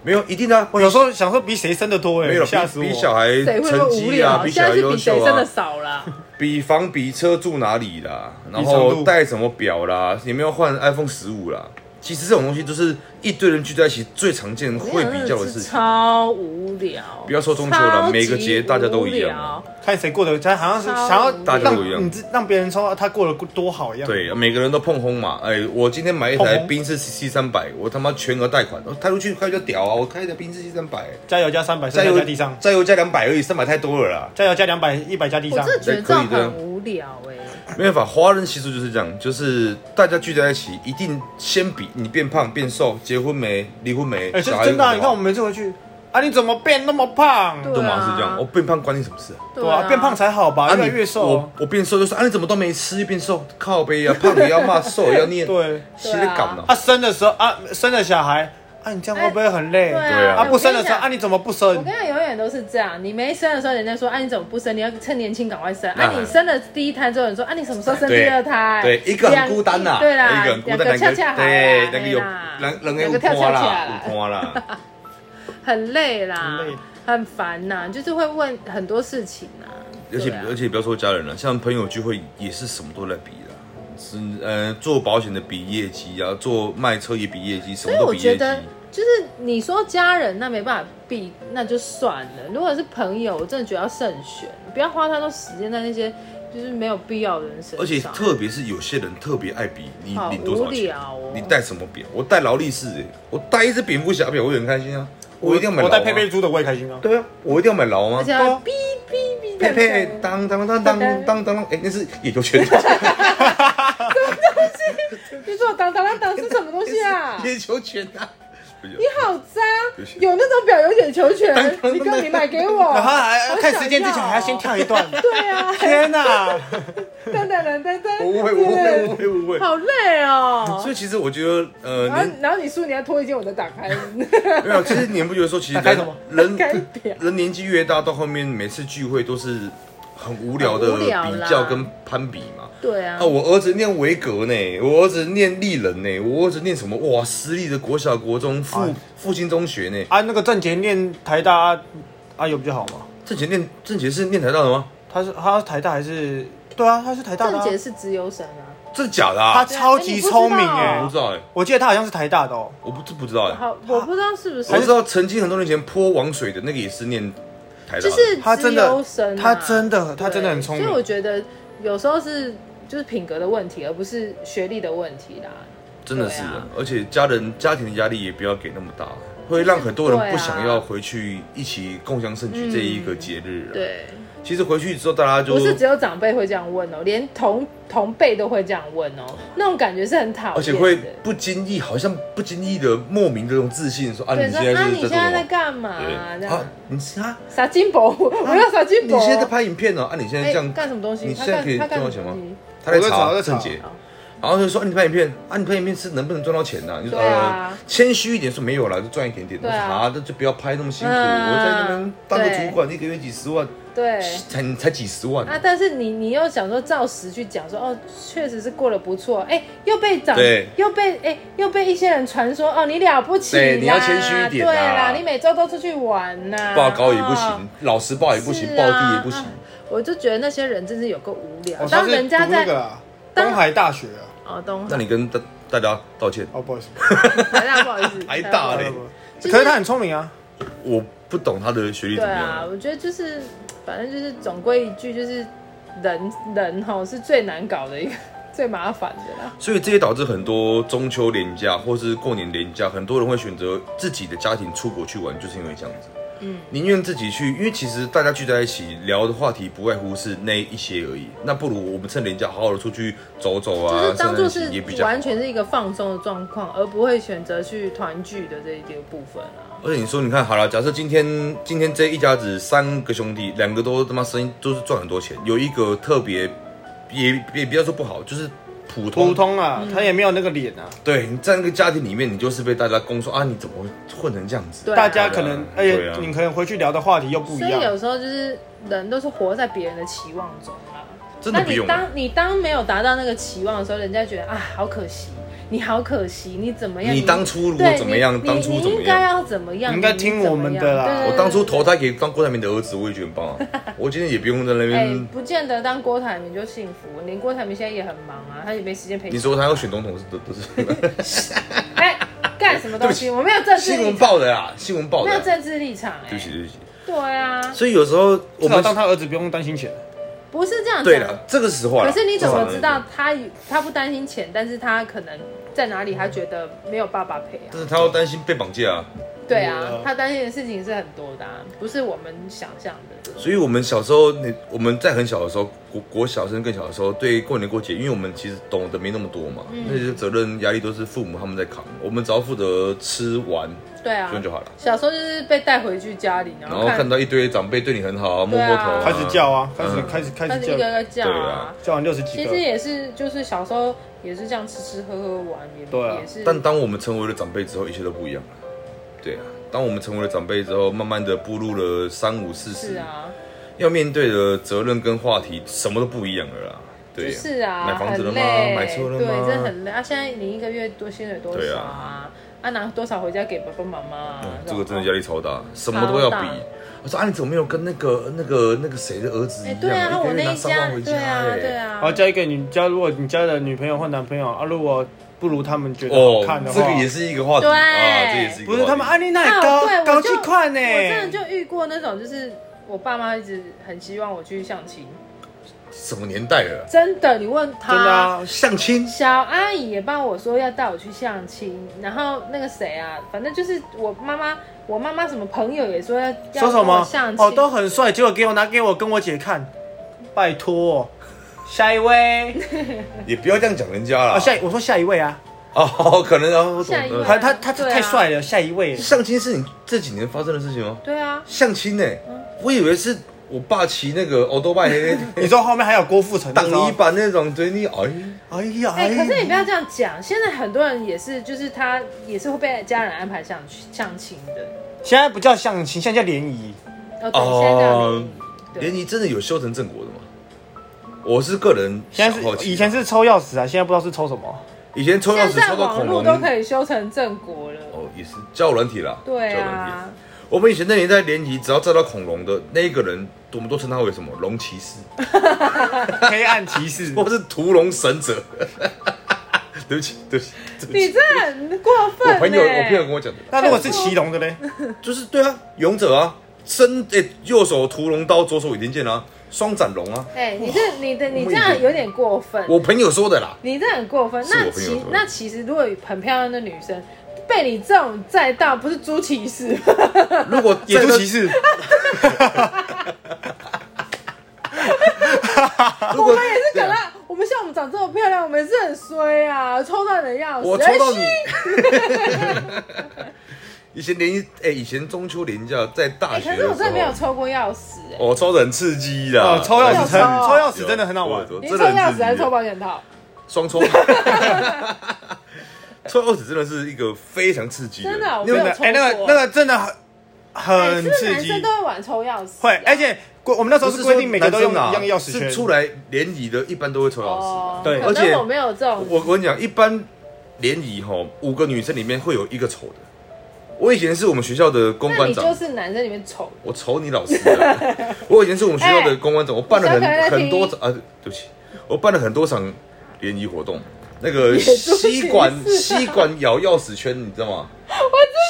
Speaker 1: 没有一定的啊，
Speaker 3: 我有时候想说比谁生的多哎
Speaker 1: 没，有
Speaker 3: 吓
Speaker 1: 比
Speaker 3: 死我。
Speaker 1: 比小孩
Speaker 2: 谁会不
Speaker 1: 成
Speaker 2: 会无
Speaker 1: 绩啊，
Speaker 2: 聊？
Speaker 1: 比
Speaker 2: 现
Speaker 1: 小
Speaker 2: 在
Speaker 1: 孩
Speaker 2: 是
Speaker 1: 优
Speaker 2: 比
Speaker 1: 秀
Speaker 2: 谁
Speaker 1: 啊，
Speaker 2: 生的少啦，
Speaker 1: 比房比车住哪里啦，然
Speaker 3: 长
Speaker 1: 后
Speaker 3: 度
Speaker 1: 带什么表啦，有没有换 iPhone 十五啦？其实这种东西就是一堆人聚在一起最常见 [laughs] 会比较的事
Speaker 2: 是
Speaker 1: 情。
Speaker 2: 超无聊。
Speaker 1: 不要说中秋了
Speaker 2: 超级
Speaker 1: 每个节大家都一样啊
Speaker 2: 无聊
Speaker 3: 看谁过得，他好像是
Speaker 2: 超
Speaker 3: 想要
Speaker 1: 大家都一样
Speaker 3: 让你自让别人说他过得多好一样。，
Speaker 1: 对，每个人都碰轰嘛。哎，我今天买一台
Speaker 3: 碰轰
Speaker 1: 宾士 C 三百，我他妈全额贷款，我开出去开就屌啊！我开一台宾士 C 三百，
Speaker 3: 加油加三百，
Speaker 1: 再
Speaker 3: 剩下
Speaker 1: 油
Speaker 3: 加地上，
Speaker 1: 再油加两百而已，三百太多了啦。
Speaker 3: 加油加两百，一百加地
Speaker 2: 我
Speaker 3: 上
Speaker 2: 真。的觉得这样
Speaker 1: 可以这样
Speaker 2: 很无聊哎。
Speaker 1: 没办法，华人习俗就是这样，就是大家聚在一起，一定先比你变胖变瘦，结婚没，离婚没，
Speaker 3: 哎，这
Speaker 1: 小孩
Speaker 3: 真的啊，
Speaker 1: 有没有
Speaker 3: 你看我们每次回去啊，你怎么变那么胖？
Speaker 2: 对
Speaker 1: 都马上是这样，我哦变胖关你什么事啊？
Speaker 3: 对啊，变胖才好吧，越来
Speaker 1: 你
Speaker 3: 越瘦
Speaker 1: 我。我变瘦就是啊，你怎么都没吃，变瘦，靠背啊，胖也要骂，
Speaker 3: [laughs]
Speaker 1: 瘦也要念，，
Speaker 3: 对，
Speaker 1: 写的港
Speaker 3: 啊，
Speaker 1: 呢。
Speaker 3: 生的时候啊，生了小孩啊，你这样会不会很累？
Speaker 2: 对
Speaker 1: 对啊
Speaker 2: 啊，
Speaker 3: 啊，
Speaker 2: 哎
Speaker 3: 不生的时候啊，
Speaker 2: 我跟你
Speaker 3: 你怎么不
Speaker 2: 我
Speaker 3: 生
Speaker 2: 跟？你讲，永远都是这样。你没生的时候，人家说：“啊，你怎么不生？你要趁年轻赶快生。”
Speaker 1: 那
Speaker 2: 啊，你生了第一胎之后，人说：“啊，你什么时候生第二胎？”
Speaker 1: 对，一个
Speaker 2: 两
Speaker 1: 很孤单呐，
Speaker 2: 对啦，
Speaker 1: 一个很孤单，
Speaker 2: 两个恰
Speaker 1: 两
Speaker 2: 恰好啦，
Speaker 1: 对，两个有，
Speaker 2: 嘿
Speaker 1: 两
Speaker 2: 啦
Speaker 1: 两个
Speaker 2: 两
Speaker 1: 有
Speaker 2: 个跳
Speaker 1: 拖
Speaker 2: 跳起来
Speaker 1: 啦
Speaker 2: 啦，，
Speaker 1: 拖啦，
Speaker 2: 很累啦
Speaker 3: 很累，
Speaker 2: 很烦呐，就是会问很多事情啊。
Speaker 1: 而且
Speaker 2: 对啊
Speaker 1: [laughs] 而且不要说家人了，像朋友聚会也是什么都在比啦。是呃，做保险的比业绩啊，做卖车也比业绩，什
Speaker 2: 所
Speaker 1: 么
Speaker 2: 以
Speaker 1: 都
Speaker 2: 我
Speaker 1: 比
Speaker 2: 觉
Speaker 1: 业绩。
Speaker 2: 得，就是你说家人那没办法避，那就算了。如果是朋友，我真的觉得要慎选，不要花太多时间在那些就是没有必要的人身上。
Speaker 1: 而且特别是有些人特别爱比你
Speaker 2: 好
Speaker 1: 领多少
Speaker 2: 无
Speaker 1: 钱
Speaker 2: 聊哦，
Speaker 1: 你戴什么表？我戴劳力士欸，我戴一只蝙蝠侠表，我也很开心啊。我一定要买
Speaker 3: 我
Speaker 1: 劳
Speaker 3: 带
Speaker 1: 啊。
Speaker 3: 佩佩猪的我也开心啊。
Speaker 1: 对啊，我一定要买劳
Speaker 2: 而
Speaker 1: 吗
Speaker 2: 且？
Speaker 3: 对
Speaker 2: 要
Speaker 3: 啊
Speaker 2: 哔哔
Speaker 1: 佩
Speaker 2: 哔的
Speaker 1: 佩当当当当当当当，哎，那是野球拳，什
Speaker 2: 你说当当当当是什么东西啊
Speaker 1: [laughs] ？野球拳啊！
Speaker 2: 你好脏
Speaker 1: 不行，
Speaker 2: 有那种表有点球权
Speaker 1: 当，当
Speaker 2: 你哥你买给啊我，
Speaker 3: 然后还
Speaker 2: 好
Speaker 3: 看哎时间之
Speaker 2: 想
Speaker 3: 前还要先跳一段。
Speaker 2: 对啊，
Speaker 3: 天哪！
Speaker 2: 噔噔噔噔噔，
Speaker 1: 我误会，我误会，我误
Speaker 2: 对
Speaker 1: 会，我误会。
Speaker 2: 好累哦
Speaker 1: 所。以其实我觉得，呃，
Speaker 2: 然后
Speaker 1: 年
Speaker 2: 然后你输，你要脱一件我的打开，
Speaker 1: 没有，其实你们不觉得说，其实
Speaker 3: 开
Speaker 1: 人
Speaker 3: 什么
Speaker 1: 人
Speaker 2: 开表
Speaker 1: 人年纪越大，到后面每次聚会都是很无聊的
Speaker 2: 很无聊啦
Speaker 1: 比较跟攀比嘛。
Speaker 2: 对啊
Speaker 1: 啊，我儿子念维格呢，我儿子念立人呢，我儿子念什么？哇，私立的国小、国中、复
Speaker 3: 哎
Speaker 1: 复兴中学呢。
Speaker 3: 啊，那个郑杰念台大，啊有比较好吗？
Speaker 1: 郑杰念郑杰是念台大的吗？
Speaker 3: 他是他是台大还是？对啊，他是台大的
Speaker 2: 郑
Speaker 3: 啊、
Speaker 2: 杰是直优生啊，
Speaker 1: 真的假的
Speaker 3: 他
Speaker 1: 啊？
Speaker 3: 超级聪明哎、
Speaker 1: 我
Speaker 2: 他
Speaker 1: 不知道哎，
Speaker 3: 我记得他好像是台大的哦。
Speaker 1: 我不不知道哎。
Speaker 2: 好，我不知道是不
Speaker 1: 我
Speaker 2: 是
Speaker 1: 知，道曾经很多年前泼王水的那个也是念台大的，
Speaker 2: 就是
Speaker 3: 他
Speaker 2: 直
Speaker 3: 真
Speaker 2: 优
Speaker 3: 的
Speaker 2: 生，啊，
Speaker 3: 他真的，他
Speaker 2: 对
Speaker 3: 真的很聪
Speaker 2: 所以我
Speaker 3: 明。
Speaker 2: 觉得有时候是就是品格的问题，而不是学历的问题啦。
Speaker 1: 真的是
Speaker 2: 对啊
Speaker 1: 的，而且家人家庭的压力也不要给那么大，会让很多人
Speaker 2: 对啊
Speaker 1: 不想要回去一起共襄盛举这一个节日啊。
Speaker 2: 对，
Speaker 1: 其实回去之后大家就
Speaker 2: 不是只有长辈会这样问哦，连同同辈都会这样问哦，那种感觉是很讨厌的，
Speaker 1: 而且会不经意，好像不经意的莫名的这种自信，说啊，
Speaker 2: 对
Speaker 1: 你
Speaker 2: 说
Speaker 1: 现在
Speaker 2: 啊，
Speaker 1: 是
Speaker 2: 你
Speaker 1: 在做什
Speaker 2: 现在在
Speaker 1: 么？
Speaker 2: 干嘛啊？这
Speaker 1: 对，
Speaker 2: 样
Speaker 1: 啊，你是啊，
Speaker 2: 撒金箔， [laughs] 我要撒金
Speaker 1: 你
Speaker 2: 箔。
Speaker 1: 现在在拍影片呢？啊，你现在
Speaker 2: 哎
Speaker 1: 这样
Speaker 2: 干什么东西？
Speaker 1: 你
Speaker 2: 他
Speaker 1: 现在
Speaker 2: 干
Speaker 1: 可以
Speaker 2: 他
Speaker 1: 赚
Speaker 2: 干
Speaker 1: 到
Speaker 2: 什
Speaker 1: 钱
Speaker 2: 么
Speaker 1: 吗
Speaker 2: 东西？
Speaker 1: 他在
Speaker 3: 我在
Speaker 1: 查
Speaker 3: 查我在查
Speaker 1: 郑杰
Speaker 2: 好，
Speaker 1: 然后就说啊，你拍影片啊，你拍影片是能不能赚到钱呢？你说
Speaker 2: 对啊
Speaker 1: 呃，谦虚一点说没有啦，就赚一点点。我
Speaker 2: 对
Speaker 1: 说
Speaker 2: 啊
Speaker 1: 啊，那就不要拍那么辛苦，
Speaker 2: 嗯
Speaker 1: 我在那边当个
Speaker 2: 对
Speaker 1: 主管，一个月几十万，
Speaker 2: 对。
Speaker 1: 才才几十万。
Speaker 2: 啊！但是你你又想说照实去讲说哦，确实是过得不错，哎、又被长
Speaker 1: 对
Speaker 2: 又被哎、又被一些人传说哦，你了不起啦，
Speaker 1: 对你要谦虚一点啦
Speaker 2: 对啦，你每周都出去玩呐、
Speaker 1: 报高也不
Speaker 2: 哦
Speaker 1: 行，老实报也不行，
Speaker 2: 是
Speaker 1: 报
Speaker 2: 啊
Speaker 1: 地也不行
Speaker 2: 啊。我就觉得那些人真是有够无聊。
Speaker 3: 我上
Speaker 2: 当
Speaker 3: 次
Speaker 2: 人家
Speaker 3: 哦读那
Speaker 2: 在、
Speaker 3: 个啦
Speaker 2: 当
Speaker 3: 东海大学啊，
Speaker 2: 哦东 [laughs]
Speaker 1: 那你跟大大家道歉。
Speaker 3: 哦不好意思，
Speaker 2: 海大哎不好意
Speaker 1: [laughs]
Speaker 2: 思，哎
Speaker 1: 还大
Speaker 2: 台大
Speaker 1: 嘞对
Speaker 2: 就是
Speaker 3: 可是他很聪明啊。
Speaker 1: 我不懂他的学历
Speaker 2: 对
Speaker 1: 怎么样
Speaker 2: 啊，。我觉得就是反正就是总归一句就是人人哈是最难搞的一个最麻烦的啦。
Speaker 1: 所以这也导致很多中秋连假或是过年连假，很多人会选择自己的家庭出国去玩，就是因为这样子。嗯，宁愿自己去，因为其实大家聚在一起聊的话题不外乎是那一些而已。那不如我们趁连假好好的出去走走啊，
Speaker 2: 就是当做
Speaker 1: 散散
Speaker 2: 是
Speaker 1: 心也比较好
Speaker 2: 完。全是一个放松的状况，而不会选择去团聚的这一个部分啊。
Speaker 1: 而且你说，你看好了，假设今天今天这一家子三个兄弟，两个都他妈生意都是赚很多钱，有一个特别也也不要说不好，就是普通
Speaker 3: 普通啊，
Speaker 2: 嗯
Speaker 3: 他也没有那个脸啊。
Speaker 1: 对你在那个家庭里面，你就是被大家攻说啊，你怎么混成这样子？
Speaker 2: 对啊
Speaker 3: 大家可能，而
Speaker 1: 对
Speaker 3: 且
Speaker 1: 啊
Speaker 3: 你可能回去聊的话题又不一
Speaker 2: 所以
Speaker 3: 样。
Speaker 2: 有时候就是人都是活在别人的期望中啊。
Speaker 1: 真
Speaker 2: 那
Speaker 1: 的不
Speaker 2: 你
Speaker 1: 用
Speaker 2: 当你当没有达到那个期望的时候，人家觉得啊，好可惜，你好可惜，你怎么样？
Speaker 1: 你当初如果
Speaker 2: 对
Speaker 1: 怎么样
Speaker 2: 你
Speaker 1: 当初
Speaker 2: 你
Speaker 1: 怎么样
Speaker 2: 应该要怎么样？
Speaker 3: 你应该
Speaker 2: 你
Speaker 3: 听
Speaker 2: 怎
Speaker 3: 我
Speaker 2: 么
Speaker 3: 们
Speaker 2: 样
Speaker 3: 的啦
Speaker 2: 对对对
Speaker 1: 我当初嗯投胎给当郭台铭的儿子，我也觉得很棒啊！
Speaker 2: [laughs]
Speaker 1: 我今天也不用在那
Speaker 2: 哎、
Speaker 1: 边，
Speaker 2: 不见得当郭台铭就幸福，连郭台铭现在也很忙啊，他也没时间陪
Speaker 1: 你说他要选总统是都都
Speaker 2: [laughs]
Speaker 1: 是
Speaker 2: 哎干、什么东西？我没有政
Speaker 1: [laughs]
Speaker 2: 治
Speaker 1: 新闻
Speaker 2: 立场，
Speaker 1: 报的啦，新闻报的
Speaker 2: 没有
Speaker 1: 啦。
Speaker 2: 政治立场、哎，
Speaker 1: 对不起，对不起。
Speaker 2: 对啊，
Speaker 1: 所以有时候我
Speaker 3: 至少
Speaker 1: 们
Speaker 3: 当他儿子不用担心钱。
Speaker 2: 不是这样
Speaker 1: 对
Speaker 2: 讲。
Speaker 1: 了，这个实啊话啦。
Speaker 2: 可是你怎么知道
Speaker 1: 这
Speaker 2: 他他不担心钱，但是他可能在哪里他觉得没有爸爸陪啊？
Speaker 1: 是他要担心被绑架啊。
Speaker 2: 对
Speaker 3: 对
Speaker 2: 啊
Speaker 3: 啊，
Speaker 2: 他担心的事情是很多的、啊，不是我们想象的。
Speaker 1: 所以我们小时候，你我们在很小的时候，国国小生更小的时候，对过年过节，因为我们其实懂得没那么多嘛，
Speaker 2: 嗯
Speaker 1: 那些责任压力都是父母他们在扛，我们只要负责吃玩
Speaker 2: 对啊
Speaker 1: 这，样就好了。
Speaker 2: 小时候就是被带回去家里，然
Speaker 1: 然
Speaker 2: 后
Speaker 1: 后看
Speaker 2: 看
Speaker 1: 到一堆长辈对你很好，摸
Speaker 2: 对啊
Speaker 1: 摸头、
Speaker 3: 开始叫。啊，开始
Speaker 1: 嗯
Speaker 3: 开始开
Speaker 2: 但
Speaker 3: 始
Speaker 2: 是一个一
Speaker 3: 叫，
Speaker 2: 个叫
Speaker 1: 对
Speaker 2: 啊
Speaker 1: 啊。
Speaker 3: 叫完六十几
Speaker 2: 其实
Speaker 3: 个。
Speaker 2: 也是，就是小时候也是这样吃吃喝喝玩，也
Speaker 3: 对啊
Speaker 2: 也是。
Speaker 1: 但当我们成为了长辈之后，一切都不一样了。对啊，当我们成为了长辈之后，慢慢的步入了三五四
Speaker 2: 是
Speaker 1: 十，
Speaker 2: 啊，
Speaker 1: 要面对的责任跟话题什么都不一样了啦。对
Speaker 2: 就
Speaker 1: 啊，
Speaker 2: 是啊，
Speaker 1: 买房子了吗？
Speaker 2: 很累
Speaker 1: 买车了吗？
Speaker 2: 对，真的很累。啊，现在你一个月多薪水多
Speaker 1: 对
Speaker 2: 少
Speaker 1: 啊嗯
Speaker 2: 啊？啊，拿多少回家给爸爸妈妈啊？
Speaker 1: 这个真的压
Speaker 2: 种
Speaker 1: 力超大，什么都要比
Speaker 2: 超大。
Speaker 1: 我说啊，你怎么没有跟那个那个那个谁的儿子一
Speaker 2: 哎，
Speaker 1: 样？
Speaker 2: 对啊，
Speaker 1: 嗯一
Speaker 2: 我
Speaker 1: 个月
Speaker 2: 那
Speaker 1: 拿
Speaker 2: 一
Speaker 1: 三
Speaker 2: 家
Speaker 1: 万，回家、
Speaker 2: 对啊，对
Speaker 1: 哎。
Speaker 2: 啊
Speaker 3: 然后，交一个你交，如果你交的女朋友或男朋友啊，如果不如他们觉得好看
Speaker 1: 哦
Speaker 3: 的，话，
Speaker 1: 这个也是一个话题
Speaker 2: 对
Speaker 1: 啊，这也是一个
Speaker 3: 不是他们
Speaker 1: 爱
Speaker 3: 安利那里
Speaker 2: 啊
Speaker 3: 高
Speaker 2: 对，
Speaker 3: 高
Speaker 2: 我
Speaker 3: 几
Speaker 2: 就
Speaker 3: 块呢？
Speaker 2: 我真的就遇过那种，就是我爸妈一直很希望我去相亲，
Speaker 1: 什么年代了？
Speaker 2: 真的，你问他，
Speaker 3: 真的啊，
Speaker 1: 相亲
Speaker 2: 小阿姨也帮我说要带我去相亲，然后那个谁啊，反正就是我妈妈，我妈妈什么朋友也说要要
Speaker 3: 说什
Speaker 2: 跟我
Speaker 3: 么
Speaker 2: 相？亲，
Speaker 3: 哦，都很帅，结果给我拿给我跟我姐看，拜 [laughs] 托哦。下一位哦
Speaker 1: 也不要这样讲人家啦
Speaker 3: 啊，。下一我说下一位啊，
Speaker 1: 哦，可能哦，我懂
Speaker 2: 下一位
Speaker 1: 了。
Speaker 3: 他他他
Speaker 2: 对啊
Speaker 3: 太帅了，下一位
Speaker 1: 相亲是你这几年发生的事情吗？
Speaker 2: 对啊，
Speaker 1: 相亲呢、我以为是我爸骑那个欧多拜黑
Speaker 2: [laughs]
Speaker 3: 你知道后面还有郭富城的
Speaker 1: 挡
Speaker 3: 时候
Speaker 1: 泥板那种，对你哎，
Speaker 3: 哎呀，
Speaker 2: 哎、可是你不
Speaker 3: 要
Speaker 2: 要这样讲，现在很多人也是，就是他也是会被家人安排相相亲的。
Speaker 3: 现在不叫相亲，现在叫联谊。
Speaker 2: 哦，对，现在这样联
Speaker 1: 哦
Speaker 2: 谊对
Speaker 1: 连你真的有修成正果的吗？我是个人
Speaker 3: 现
Speaker 1: 小好
Speaker 3: 在是
Speaker 1: 奇
Speaker 3: 以前是抽钥匙啊，现在不知道是抽什么。
Speaker 1: 以前抽钥
Speaker 2: 现
Speaker 1: 匙
Speaker 2: 在
Speaker 1: 抽到
Speaker 2: 网
Speaker 1: 恐龙
Speaker 2: 络都可以修成正果了。
Speaker 1: 哦，也是交友软体啦，
Speaker 2: 对
Speaker 1: 交友软体
Speaker 2: 啊，
Speaker 1: 我们以前那年代联谊，只要站到恐龙的那一个人，我们都称他为什么龙骑
Speaker 2: [laughs]
Speaker 1: 士，
Speaker 3: [laughs] 黑暗骑士，
Speaker 1: 或是屠龙神者。 [laughs] 对不起，对不起，对不
Speaker 2: 你
Speaker 1: 起。
Speaker 2: 这很过分、
Speaker 1: 我
Speaker 2: 欸。
Speaker 1: 朋友，我朋友跟我讲的，
Speaker 3: [laughs] 那如果是骑龙的呢？
Speaker 1: 就是对啊，勇者啊，身诶、右手屠龙刀，左手倚天剑啊，双斩龙啊，
Speaker 2: 哎、你这你的你
Speaker 1: 我
Speaker 2: 这
Speaker 1: 们以
Speaker 2: 样
Speaker 1: 前
Speaker 2: 有点过分。
Speaker 1: 我朋友说的啦。
Speaker 2: 你这很过分。
Speaker 1: 是
Speaker 2: 那
Speaker 1: 我朋友
Speaker 2: 其
Speaker 1: 说的
Speaker 2: 那其实，如果有很漂亮的女生被你这种载到，不是猪骑士吗？
Speaker 1: 如
Speaker 2: [laughs]
Speaker 1: 果
Speaker 3: 野猪骑
Speaker 1: 士，
Speaker 3: 士，
Speaker 1: 如果
Speaker 2: 也是讲到我们像我们长这么漂亮，我们也是很衰啊，抽到你的钥匙，
Speaker 1: 我抽到你
Speaker 2: 哎。
Speaker 1: [laughs] 以前联谊，哎、以前中秋连假在大
Speaker 2: 哎、
Speaker 1: 学的
Speaker 2: 可
Speaker 1: 时
Speaker 2: 是
Speaker 1: 候，哦
Speaker 2: 我真的没有抽过钥匙、哎，
Speaker 1: 我抽的很刺激的、
Speaker 3: 哦，抽钥匙
Speaker 2: 有
Speaker 3: 抽
Speaker 2: 抽哦
Speaker 3: 抽钥匙真的很好玩。
Speaker 1: 有
Speaker 2: 你
Speaker 1: 有真
Speaker 2: 是抽
Speaker 1: 的很
Speaker 2: 钥
Speaker 1: 刺
Speaker 2: 匙
Speaker 1: 激
Speaker 2: 还是抽保险套？
Speaker 1: 双抽？ [laughs] 抽钥匙真的是一个非常刺激的，
Speaker 2: 真的啊我
Speaker 1: 因为
Speaker 2: 没有
Speaker 3: 那个
Speaker 2: 抽
Speaker 3: 哎，那个
Speaker 2: 过
Speaker 3: 那个真的很
Speaker 1: 嗯
Speaker 2: 哎
Speaker 3: 很
Speaker 2: 是不是
Speaker 3: 刺
Speaker 2: 男生
Speaker 3: 激
Speaker 2: 都，会玩抽钥匙、啊
Speaker 3: 会，
Speaker 1: 哎
Speaker 3: 而且规我们那时候是规定每个都用一
Speaker 1: 拿
Speaker 3: 样钥匙圈
Speaker 1: 啊是。出来联谊的，一般都会抽钥匙。
Speaker 2: 哦，
Speaker 3: 对
Speaker 2: 可
Speaker 1: 而且
Speaker 2: 能我没有这种，
Speaker 1: 我我跟你讲，一般联谊吼，五个女生里面会有一个丑的。我以前是我们学校的公
Speaker 2: 那
Speaker 1: 关
Speaker 2: 你
Speaker 1: 长，
Speaker 2: 就是男生里面丑
Speaker 1: 我瞅你老师
Speaker 2: [laughs]
Speaker 1: 啊！我以前是我们学校的公关长，我办了
Speaker 2: 哎你小可爱
Speaker 1: 很
Speaker 2: 在
Speaker 1: 很
Speaker 2: 听
Speaker 1: 多场啊，对不起，我办了很多场联谊活动。那个
Speaker 2: 也做不起
Speaker 1: 吸管
Speaker 2: 事
Speaker 1: 吸管咬钥匙圈，你知道吗？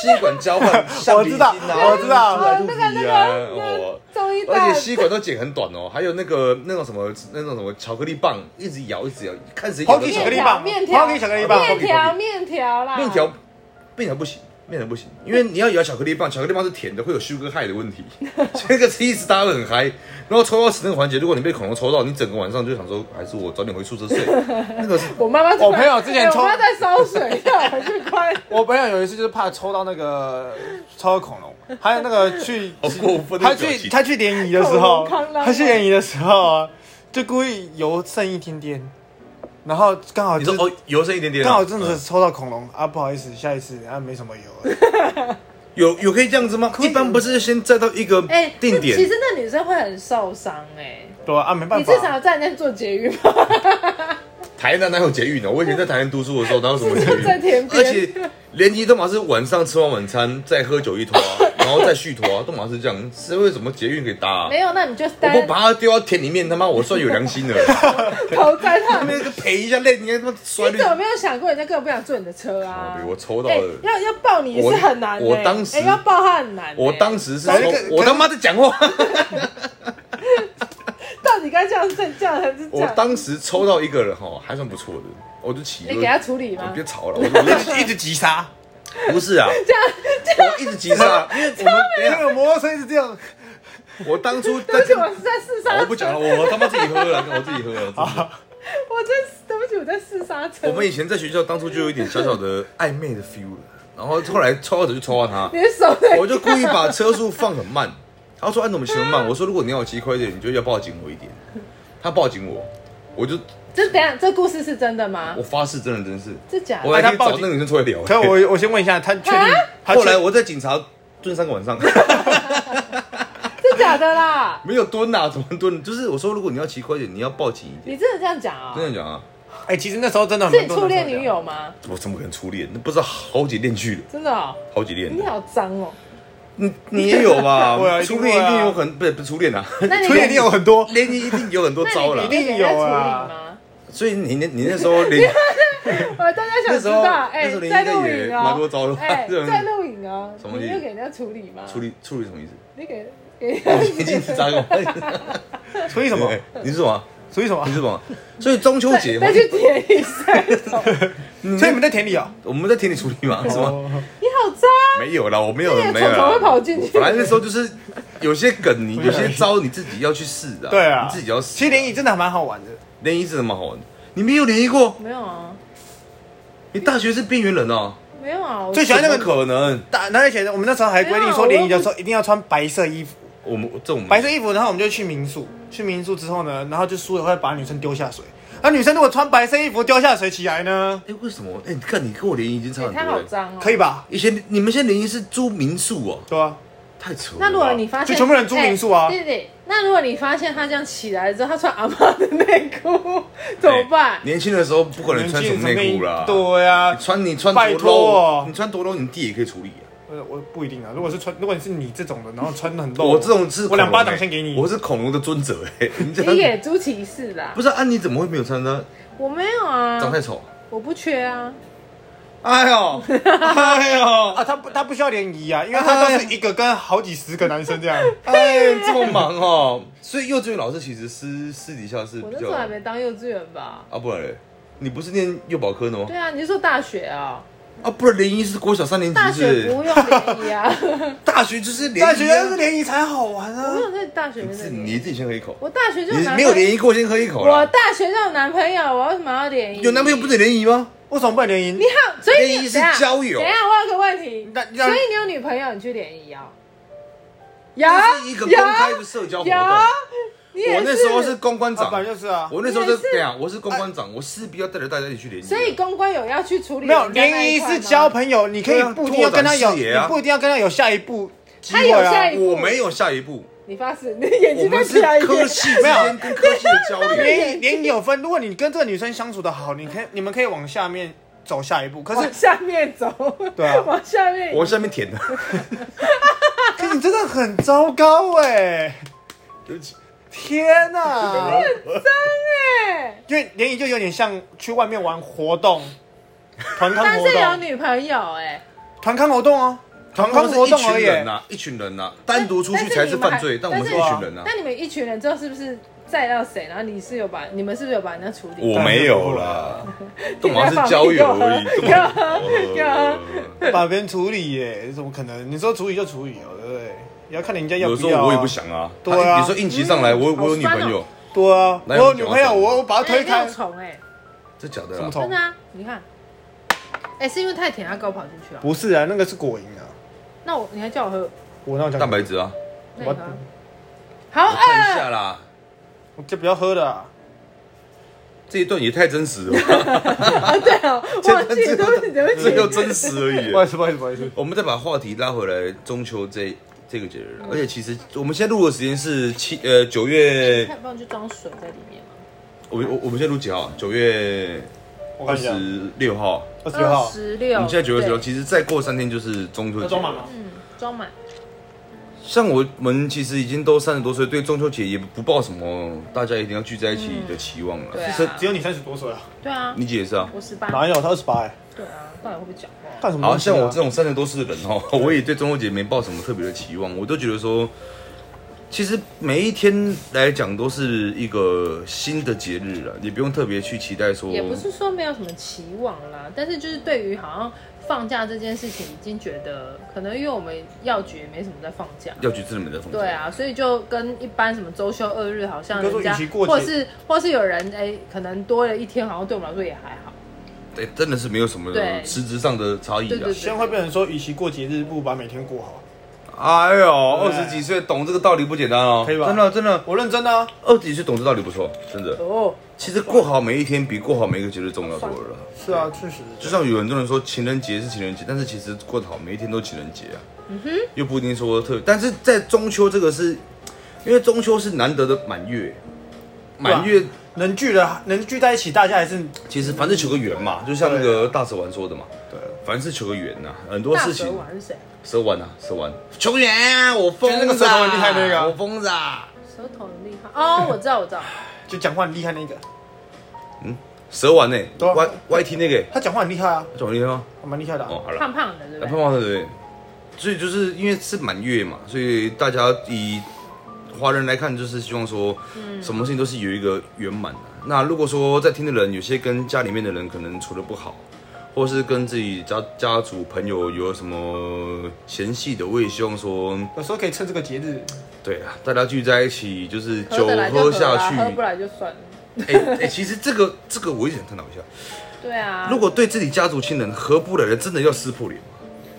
Speaker 1: 吸管交换橡
Speaker 3: 我
Speaker 1: 皮
Speaker 3: 知
Speaker 1: 筋
Speaker 3: 道
Speaker 1: 啊，
Speaker 3: 我知道
Speaker 1: 出来
Speaker 2: 哦
Speaker 1: 肚
Speaker 2: 那
Speaker 1: 皮
Speaker 2: 个那
Speaker 1: 啊，
Speaker 2: 个那
Speaker 1: 我
Speaker 2: 个。综艺
Speaker 1: 而
Speaker 2: 大
Speaker 1: 且吸管都剪很短哦，还有那个那种什么那种什么巧克力棒，一直咬一直咬，看谁咬得
Speaker 3: Pocky
Speaker 1: 少
Speaker 3: 巧克力棒
Speaker 2: 面条
Speaker 3: Pocky 巧克力棒
Speaker 2: 面
Speaker 1: Pocky，Pocky
Speaker 2: 条面条啦，
Speaker 1: 面条面条不行，面条不行，因为你要咬巧克力棒，巧克力棒是甜的，会有 sugar high 的问
Speaker 2: [laughs]
Speaker 1: 题，所以那个吃一次大家会很嗨。然后抽钥匙那个环节，如果你被恐龙抽到，你整个晚上就想说，还是我早点回宿舍睡。那
Speaker 2: [laughs]
Speaker 1: 个是
Speaker 2: 我妈妈突然，
Speaker 3: 我朋友之前
Speaker 2: 哎
Speaker 3: 抽
Speaker 2: 我妈在烧水，叫我去关。
Speaker 3: 我朋友有一次就是怕抽到那个 [laughs] 抽到恐龙，还有那个去
Speaker 1: 好过分的
Speaker 3: 他
Speaker 1: 表
Speaker 3: 去
Speaker 1: 情
Speaker 3: 他去联谊的时
Speaker 2: 恐
Speaker 3: 候
Speaker 2: 龙康拉，吗
Speaker 3: 他去联谊的时候啊，就故意游剩一点点，然后刚好
Speaker 1: 你
Speaker 3: 就
Speaker 1: 说哦，游剩一点点啊，
Speaker 3: 刚好真的
Speaker 1: 嗯
Speaker 3: 是抽到恐龙啊，不好意思，下一次啊没什么 [laughs] 油了，
Speaker 1: 有有可以这样子吗？一般不是先再到一个
Speaker 2: 哎，
Speaker 1: 定
Speaker 2: 其
Speaker 1: 点，
Speaker 2: 实那女生会很受伤哎，
Speaker 3: 对啊，啊没办
Speaker 2: 你
Speaker 3: 法
Speaker 2: 至少要在那做节育
Speaker 1: [laughs]
Speaker 2: 吧，
Speaker 1: 台南哪有捷运呢？啊我以前在台南读书的时候，哪有什么捷
Speaker 2: 在
Speaker 1: 运？
Speaker 2: 田
Speaker 1: 而
Speaker 2: 边。
Speaker 1: 且联谊都嘛是晚上吃完晚餐再喝酒一坨、啊，然后再续坨、啊，都嘛是这样，是为什么捷运给搭、啊？
Speaker 2: 没有，那你就
Speaker 1: 我
Speaker 2: 单
Speaker 1: 不把它丢到田里面，他妈我算有良心的。
Speaker 2: 头在他
Speaker 1: [laughs] 他。 [laughs] 们那个赔一下累，你看他妈摔
Speaker 2: 你
Speaker 1: [laughs] 绿
Speaker 2: 怎。么没有想过人家根本不想坐你的车
Speaker 1: 啊？
Speaker 2: 啊
Speaker 1: 我抽到
Speaker 2: 哎
Speaker 1: 了，
Speaker 2: 要要抱你
Speaker 1: 我
Speaker 2: 是很难的。
Speaker 1: 我当时
Speaker 2: 哎要抱他很难的。哎
Speaker 1: 我当时是
Speaker 3: 来那个
Speaker 1: 说，我他妈在讲话。
Speaker 2: 到底该这样睡觉还是这
Speaker 1: 我
Speaker 2: 样？
Speaker 1: 当时抽到一个人哈，还算不错的，我就起。
Speaker 2: 你给他处理吗
Speaker 1: 我别吵了，我就 [laughs]
Speaker 3: 一直一直急刹，
Speaker 1: 不是啊，我一直急 [laughs] 刹，因为我们等一
Speaker 3: 那
Speaker 1: 下，
Speaker 3: 个摩托车一直这样，
Speaker 1: 我当初
Speaker 2: 对
Speaker 1: 在
Speaker 2: 不起，我是在试
Speaker 1: 好
Speaker 2: 刹车。
Speaker 1: 我啊不讲了，我我他妈自己喝了，我自己喝 [laughs] 了真的。
Speaker 2: 我在对不起，我在试刹车。
Speaker 1: 我们以前在学校当初就有一点小小的暧昧的 feel 了，然后后来抽到手就抽到他，
Speaker 2: 你的手
Speaker 1: [laughs]
Speaker 2: 在
Speaker 1: 我就故意把车速放很慢。他说：“按哎怎么骑那么慢？”我说：“如果你要我骑快一点，你就要抱紧我一点。”他抱紧我，我就
Speaker 2: 这等一下，这故事是真的吗
Speaker 1: 我？发誓，真的真是，
Speaker 2: 这假
Speaker 1: 我
Speaker 2: 的？
Speaker 1: 还可
Speaker 3: 啊他
Speaker 1: 以
Speaker 3: 抱
Speaker 1: 找
Speaker 3: 紧
Speaker 1: 那个女生出来聊。
Speaker 3: [laughs] 可我我先问一下，他确定
Speaker 2: 啊
Speaker 3: 他
Speaker 1: 后来
Speaker 3: 确
Speaker 1: 我在警察蹲三个晚上，
Speaker 2: 这假的啦！
Speaker 1: 没有蹲啊，怎么蹲？就是我说，如果你要骑快一点，你要抱紧一点。
Speaker 2: 你真的这样讲啊、
Speaker 1: 真的讲啊，
Speaker 3: 哎，其实那时候真的很
Speaker 2: 是你
Speaker 3: 多人
Speaker 2: 初恋
Speaker 3: 这样
Speaker 2: 女友吗？
Speaker 1: 我怎么可能初恋？那不知道好几恋去了，
Speaker 2: 真的哦、
Speaker 1: 好几恋
Speaker 2: 你。好脏哦、
Speaker 1: 你你也有
Speaker 3: [laughs] 对啊
Speaker 1: 吧？
Speaker 3: 一定
Speaker 1: 初
Speaker 3: 会啊
Speaker 1: 恋一定有很不是不是初恋啊，
Speaker 2: 那你
Speaker 3: 初恋女友很多，
Speaker 1: 联谊一定有很多
Speaker 2: 那
Speaker 1: 招
Speaker 2: 你
Speaker 1: 啦
Speaker 2: 给。
Speaker 3: 一定有啊
Speaker 1: 所以你那你那时候
Speaker 3: [laughs]
Speaker 1: 联。
Speaker 2: 我大家想知道，哎、
Speaker 1: 那时候
Speaker 2: 在录
Speaker 1: 那时候你应
Speaker 2: 影
Speaker 1: 该也蛮多招
Speaker 2: 哦、
Speaker 1: 的
Speaker 2: 哎、
Speaker 1: 这种
Speaker 2: 在录影哦、
Speaker 1: 什么
Speaker 2: 你
Speaker 1: 意思
Speaker 2: 有给人家处理吗？
Speaker 1: 处，理处理什么意思？
Speaker 2: 你给给 [laughs]
Speaker 1: 你镜子砸我？
Speaker 3: 所以什么？
Speaker 1: 你是什
Speaker 2: 啊
Speaker 1: 么？
Speaker 3: 所以什么
Speaker 1: 你？是什么？所以中秋节嘛
Speaker 2: 再，去舔一下，
Speaker 1: [laughs]
Speaker 3: 所以你们在田里啊？
Speaker 1: 我们在田里处理
Speaker 2: [laughs]
Speaker 1: 嘛，是吗？
Speaker 3: 哦
Speaker 2: 你好脏，
Speaker 1: 没有啦，我没有
Speaker 2: 那，个
Speaker 1: 没有
Speaker 2: 虫
Speaker 1: 啦。
Speaker 2: 虫会跑进去
Speaker 1: 本来那时候就是有些梗，
Speaker 2: [laughs]
Speaker 1: 你
Speaker 3: 不是
Speaker 1: 有些招你自己要去试的。
Speaker 3: 对啊，
Speaker 1: 你自己要
Speaker 3: 其
Speaker 1: 试
Speaker 3: 实。联谊真的还蛮好玩的。
Speaker 2: 哦
Speaker 1: 联谊真的蛮好玩的，你没有联谊过？
Speaker 2: 没有啊，
Speaker 1: 你大学是边缘人哦，
Speaker 2: 没有啊，我
Speaker 3: 最喜欢那
Speaker 1: 怎
Speaker 3: 个
Speaker 1: 么可能？
Speaker 3: 大，那以前我们那时候还规定说
Speaker 2: 没有
Speaker 3: 联谊的时候一定要穿白色衣服，
Speaker 1: 我们这种
Speaker 3: 白色衣服，然后我们就去民宿，去民宿之后呢，然后就输了会把女生丢下水。那女生如果穿白色衣服丢下水起来呢，
Speaker 1: 哎，为什么？哎，你看你跟我联谊已经差
Speaker 2: 哎
Speaker 1: 很多
Speaker 2: 他好
Speaker 1: 了。
Speaker 2: 脏哦，
Speaker 3: 可以吧？
Speaker 1: 以前你们现在联谊是租民宿哦，
Speaker 3: 对吧、
Speaker 1: 太扯了吧。
Speaker 2: 那如果你发现
Speaker 3: 就全部人住民宿啊
Speaker 2: 哎对对，那如果你发现他这样起来之后，他穿阿妈的内裤 [laughs] 怎么办
Speaker 1: 哎？年轻的时候不可
Speaker 3: 啊？
Speaker 1: 能穿什么内裤啦，
Speaker 3: 对啊
Speaker 1: 你，穿你穿
Speaker 3: 拜
Speaker 1: 多露，
Speaker 3: 托
Speaker 1: 你穿多露，你弟也可以处理啊。
Speaker 3: 呃，我不一定啊。如果是穿，如果你是你这种的，然后穿的很露，
Speaker 1: 我这种是
Speaker 3: 我两
Speaker 1: 恐龙
Speaker 3: 巴掌
Speaker 1: 欸
Speaker 3: 先给你
Speaker 1: 我是恐龙的尊者
Speaker 2: [laughs]
Speaker 1: 哎，你这
Speaker 2: 你
Speaker 1: 样
Speaker 2: 也猪歧视啦
Speaker 1: 不？是啊？你怎么会没有穿呢？
Speaker 2: 我没有
Speaker 1: 长
Speaker 2: 啊
Speaker 1: 太，丑。
Speaker 2: 我不缺啊。
Speaker 1: 哎呦，哎呦，
Speaker 2: [laughs]
Speaker 3: 啊，他不他不需要联谊啊，因为他都是一个跟好几十个男生
Speaker 1: [laughs]
Speaker 3: 这样。
Speaker 1: 哎，这么忙哦。所以幼稚园老师其实私私底下是
Speaker 2: 我
Speaker 1: 比
Speaker 2: 那时
Speaker 1: 较
Speaker 2: 候还没当幼稚园吧？
Speaker 1: 啊，不然嘞，你不是念幼保科的吗？
Speaker 2: 对啊，你是说大学啊？
Speaker 1: 啊，不然联谊是国小三年级
Speaker 2: 大
Speaker 1: 是
Speaker 2: 学不用联
Speaker 1: [laughs]
Speaker 2: 谊啊，
Speaker 1: 大学就是联谊啊
Speaker 3: 大学生联谊才好玩
Speaker 2: 我
Speaker 3: 啊
Speaker 2: 没。有在大学
Speaker 1: 你
Speaker 2: 没
Speaker 1: 自
Speaker 2: 在
Speaker 1: 己
Speaker 2: 联
Speaker 1: 你
Speaker 2: 谊。
Speaker 1: 自己先喝一口，
Speaker 2: 我大学就
Speaker 1: 你
Speaker 2: 男
Speaker 1: 没有
Speaker 2: 朋友
Speaker 1: 联谊过，先喝一口
Speaker 2: 我
Speaker 1: 啦。
Speaker 2: 大学就有男朋友，我为什么要联谊？
Speaker 1: 有男朋友不得联谊吗？
Speaker 3: 为什么不能联谊？
Speaker 2: 你好，所以你
Speaker 1: 联谊是
Speaker 2: 等一下
Speaker 1: 交友
Speaker 2: 等一下，我有个问题，
Speaker 3: 那那
Speaker 2: 所以你有女朋友，你去联谊啊？有
Speaker 1: 这是一个公开的社交活
Speaker 2: 有
Speaker 1: 动。
Speaker 2: 有，你也
Speaker 1: 我那时候是公关
Speaker 3: 啊，
Speaker 1: 长，
Speaker 3: 本来就是啊。
Speaker 1: 我那时候是
Speaker 2: 你也是
Speaker 1: 这样，我是公关长，我势必要带着大家一起去啊联谊。
Speaker 2: 所以公关有要去处理
Speaker 3: 没有
Speaker 2: 人家那
Speaker 3: 联
Speaker 2: 一
Speaker 3: 谊
Speaker 2: 块吗
Speaker 3: 是交，朋友，你可以
Speaker 1: 对啊
Speaker 3: 不一定要跟他
Speaker 1: 拓
Speaker 3: 有，
Speaker 1: 展视野啊
Speaker 3: 你不一定要跟他有下一步机
Speaker 2: 他
Speaker 3: 会
Speaker 2: 有
Speaker 3: 啊。
Speaker 2: 下一步，
Speaker 1: 我没有下一步，
Speaker 2: 你发誓， [laughs] 你眼
Speaker 1: 我
Speaker 2: 睛
Speaker 1: 们
Speaker 2: 再
Speaker 1: 是
Speaker 2: 起来一
Speaker 1: 科
Speaker 2: 点。
Speaker 1: 系之间跟科系的交流。
Speaker 3: 联 [laughs] 谊联谊有分，如果你跟这个女生相处的好，你可以你们可以往下面走下一步。可是
Speaker 2: 往下面走，
Speaker 3: 对啊
Speaker 2: [laughs] 往下面
Speaker 1: 我下面舔的，
Speaker 3: 可是你真的很糟糕哎、
Speaker 1: 对不起，
Speaker 3: 天哪、
Speaker 2: [laughs] 对，
Speaker 3: 因为联谊就有点像去外面玩活动，团康
Speaker 2: 但
Speaker 3: 活
Speaker 2: 是有
Speaker 3: 动，
Speaker 2: 女朋友哎，
Speaker 3: 团康活动哦、团康活
Speaker 1: 是一
Speaker 3: 动而
Speaker 1: 群
Speaker 3: 已、
Speaker 1: 人啊呐，一群人呐，单独出去才是犯罪，但
Speaker 2: 但
Speaker 1: 我
Speaker 2: 是
Speaker 1: 们
Speaker 2: 你
Speaker 1: 是一
Speaker 2: 们还
Speaker 1: 群人呐。啊
Speaker 2: 那你们一群人之后是不是载到谁？然后你是有把你们是不是有把人家处理？ [laughs]
Speaker 1: 我没有啦，干嘛是交友而已，
Speaker 2: 给我
Speaker 1: 干
Speaker 2: 喝给我
Speaker 1: 嘛
Speaker 2: 喝？
Speaker 3: 把别人处理耶、怎么可能？你说处理就处理哦、对不对？也要看人家要
Speaker 1: 有
Speaker 3: 不
Speaker 1: 时
Speaker 3: 要、啊。
Speaker 1: 候我也不想啊。
Speaker 3: 对啊
Speaker 1: 他你说应急上来，我我有女朋
Speaker 2: 好酸
Speaker 1: 友
Speaker 2: 哦，
Speaker 3: 对啊，我
Speaker 1: 来我
Speaker 3: 有
Speaker 1: 们
Speaker 3: 女
Speaker 1: 讲
Speaker 3: 朋友，
Speaker 1: 话
Speaker 3: 我我把她推
Speaker 2: 哎
Speaker 3: 开
Speaker 2: 你有。虫哎，
Speaker 1: 这假的
Speaker 3: 什么
Speaker 1: 啦。
Speaker 3: 虫
Speaker 2: 真的啊，你看，哎，是因为太甜，它狗跑进去了。
Speaker 3: 不是啊，那个是果蝇啊。
Speaker 2: 那我你还叫我喝，
Speaker 3: 我那我讲
Speaker 1: 蛋白，质啊，
Speaker 2: 那你喝啊。好啊
Speaker 1: 我看一
Speaker 2: 饿
Speaker 1: 下。啦。
Speaker 3: 我就不要喝了、啊。
Speaker 1: 这一段也太真实了，
Speaker 2: 对哦，忘记，对不起，对不
Speaker 1: 这
Speaker 2: 起
Speaker 1: 叫。真实而已
Speaker 3: 不。好意思，不好意思，不好意思。
Speaker 1: 我们再把话题拉回来，中秋这这个节日啦，
Speaker 2: 嗯
Speaker 1: 而且其实我们现在录的时间是七呃九月，
Speaker 2: 看，帮我就装水在里面嘛。
Speaker 1: 我们我我们现在录几号？啊九月
Speaker 3: 我
Speaker 1: 二
Speaker 3: 看一下，
Speaker 1: 十六号。
Speaker 3: 二十六号，
Speaker 2: 十
Speaker 1: 我
Speaker 2: 六。
Speaker 1: 们现在九月十六，
Speaker 2: 对
Speaker 1: 其实再过三天就是中秋节了。
Speaker 3: 吗？
Speaker 2: 嗯，装满。
Speaker 1: 像我们其实已经都三十多岁，对中秋节也不抱什么大家一定要聚在一起的期望了。
Speaker 2: 对啊
Speaker 1: 是
Speaker 3: 只有你三十多岁啊？
Speaker 2: 对啊，
Speaker 1: 你姐也是啊。
Speaker 2: 我十八。
Speaker 3: 哪有？他二十八哎，
Speaker 2: 对啊，到底会不会讲话？
Speaker 3: 干什么
Speaker 1: 好
Speaker 3: 东西啊？
Speaker 1: 像我这种三十多岁的人哦， [laughs] 我也对中秋节没抱什么特别的期望，我都觉得说，其实每一天来讲都是一个新的节日了，也不用特别去期待说
Speaker 2: 也不是说没有什么期望啦，但是就是对于好像放假这件事情，已经觉得可能因为我们药局也没什么在放假。
Speaker 1: 要去自美的风景。
Speaker 2: 对，啊，所以就跟一般什么周休二日，好像
Speaker 3: 你就说
Speaker 2: 人家
Speaker 3: 与其过节
Speaker 2: 或是或是有人哎，可能多了一天，好像对我们来说也还好。
Speaker 1: 对，哎真的是没有什么
Speaker 2: 对
Speaker 1: 实质上的差异
Speaker 2: 对
Speaker 1: 啊
Speaker 2: 对。
Speaker 3: 现在会变成说，与其过节日，不如把每天过好。
Speaker 1: 哎呦，二
Speaker 3: 对
Speaker 1: 十几岁懂这个道理不简单哦，
Speaker 3: 可以吧
Speaker 1: 真的真的，
Speaker 3: 我认真的啊，
Speaker 1: 二十几岁懂这道理不错，真的。
Speaker 2: 哦，
Speaker 1: 其实过好每一天比过好每一个节日重要多了啦。
Speaker 3: 是啊，确实。
Speaker 1: 就像有很多人说情人节是情人节，但是其实过得好，每一天都情人节啊。嗯哼，又不一定说特别，但是在中秋这个是，因为中秋是难得的满月，
Speaker 3: 对啊
Speaker 1: 满月、
Speaker 3: 能聚的，能聚在一起，大家还是
Speaker 1: 其实凡事求个圆
Speaker 3: 啊
Speaker 1: 嘛，就像那个大蛇丸说的嘛，
Speaker 3: 对。
Speaker 1: 凡事求个圆呐、很多
Speaker 2: 大
Speaker 1: 事
Speaker 2: 蛇
Speaker 1: 情
Speaker 2: 丸是谁？
Speaker 1: 蛇丸啊，蛇丸求圆啊，我疯
Speaker 3: 就是那
Speaker 1: 子、啊，
Speaker 3: 个蛇丸很厉害那个啊
Speaker 1: 我疯子啊，
Speaker 2: 舌头很厉害
Speaker 1: [laughs]
Speaker 2: 哦，我知道，我知道。
Speaker 3: 就讲话很厉害那个，
Speaker 1: 蛇丸呢、欸
Speaker 3: 对啊
Speaker 1: ，Y Y T 那个、欸，
Speaker 3: 他讲话很厉害啊，
Speaker 1: 他讲厉害吗？
Speaker 3: 蛮厉害的、
Speaker 1: 哦
Speaker 3: 啊。，
Speaker 1: 好了。
Speaker 2: 胖胖的，对不
Speaker 1: 来
Speaker 2: 对
Speaker 1: 胖？胖的对，所以就是因为是满月嘛，所以大家以华人来看，就是希望说，
Speaker 2: 嗯
Speaker 1: 什么事情都是有一个圆满的、那如果说在听的人，有些跟家里面的人可能处的不好，或是跟自己家家族朋友有什么嫌隙的，我也希望说，
Speaker 3: 有时候可以趁这个节日，
Speaker 1: 对啊，大家聚在一起，就是酒
Speaker 2: 合得来就
Speaker 1: 喝
Speaker 2: 合
Speaker 1: 下
Speaker 2: 啊
Speaker 1: 去，
Speaker 2: 喝不来就算了。
Speaker 1: 哎、哎、其实这个这个我也想探讨一下，
Speaker 2: 对啊，
Speaker 1: 如果对自己家族亲人合不来的，真的要撕破脸吗？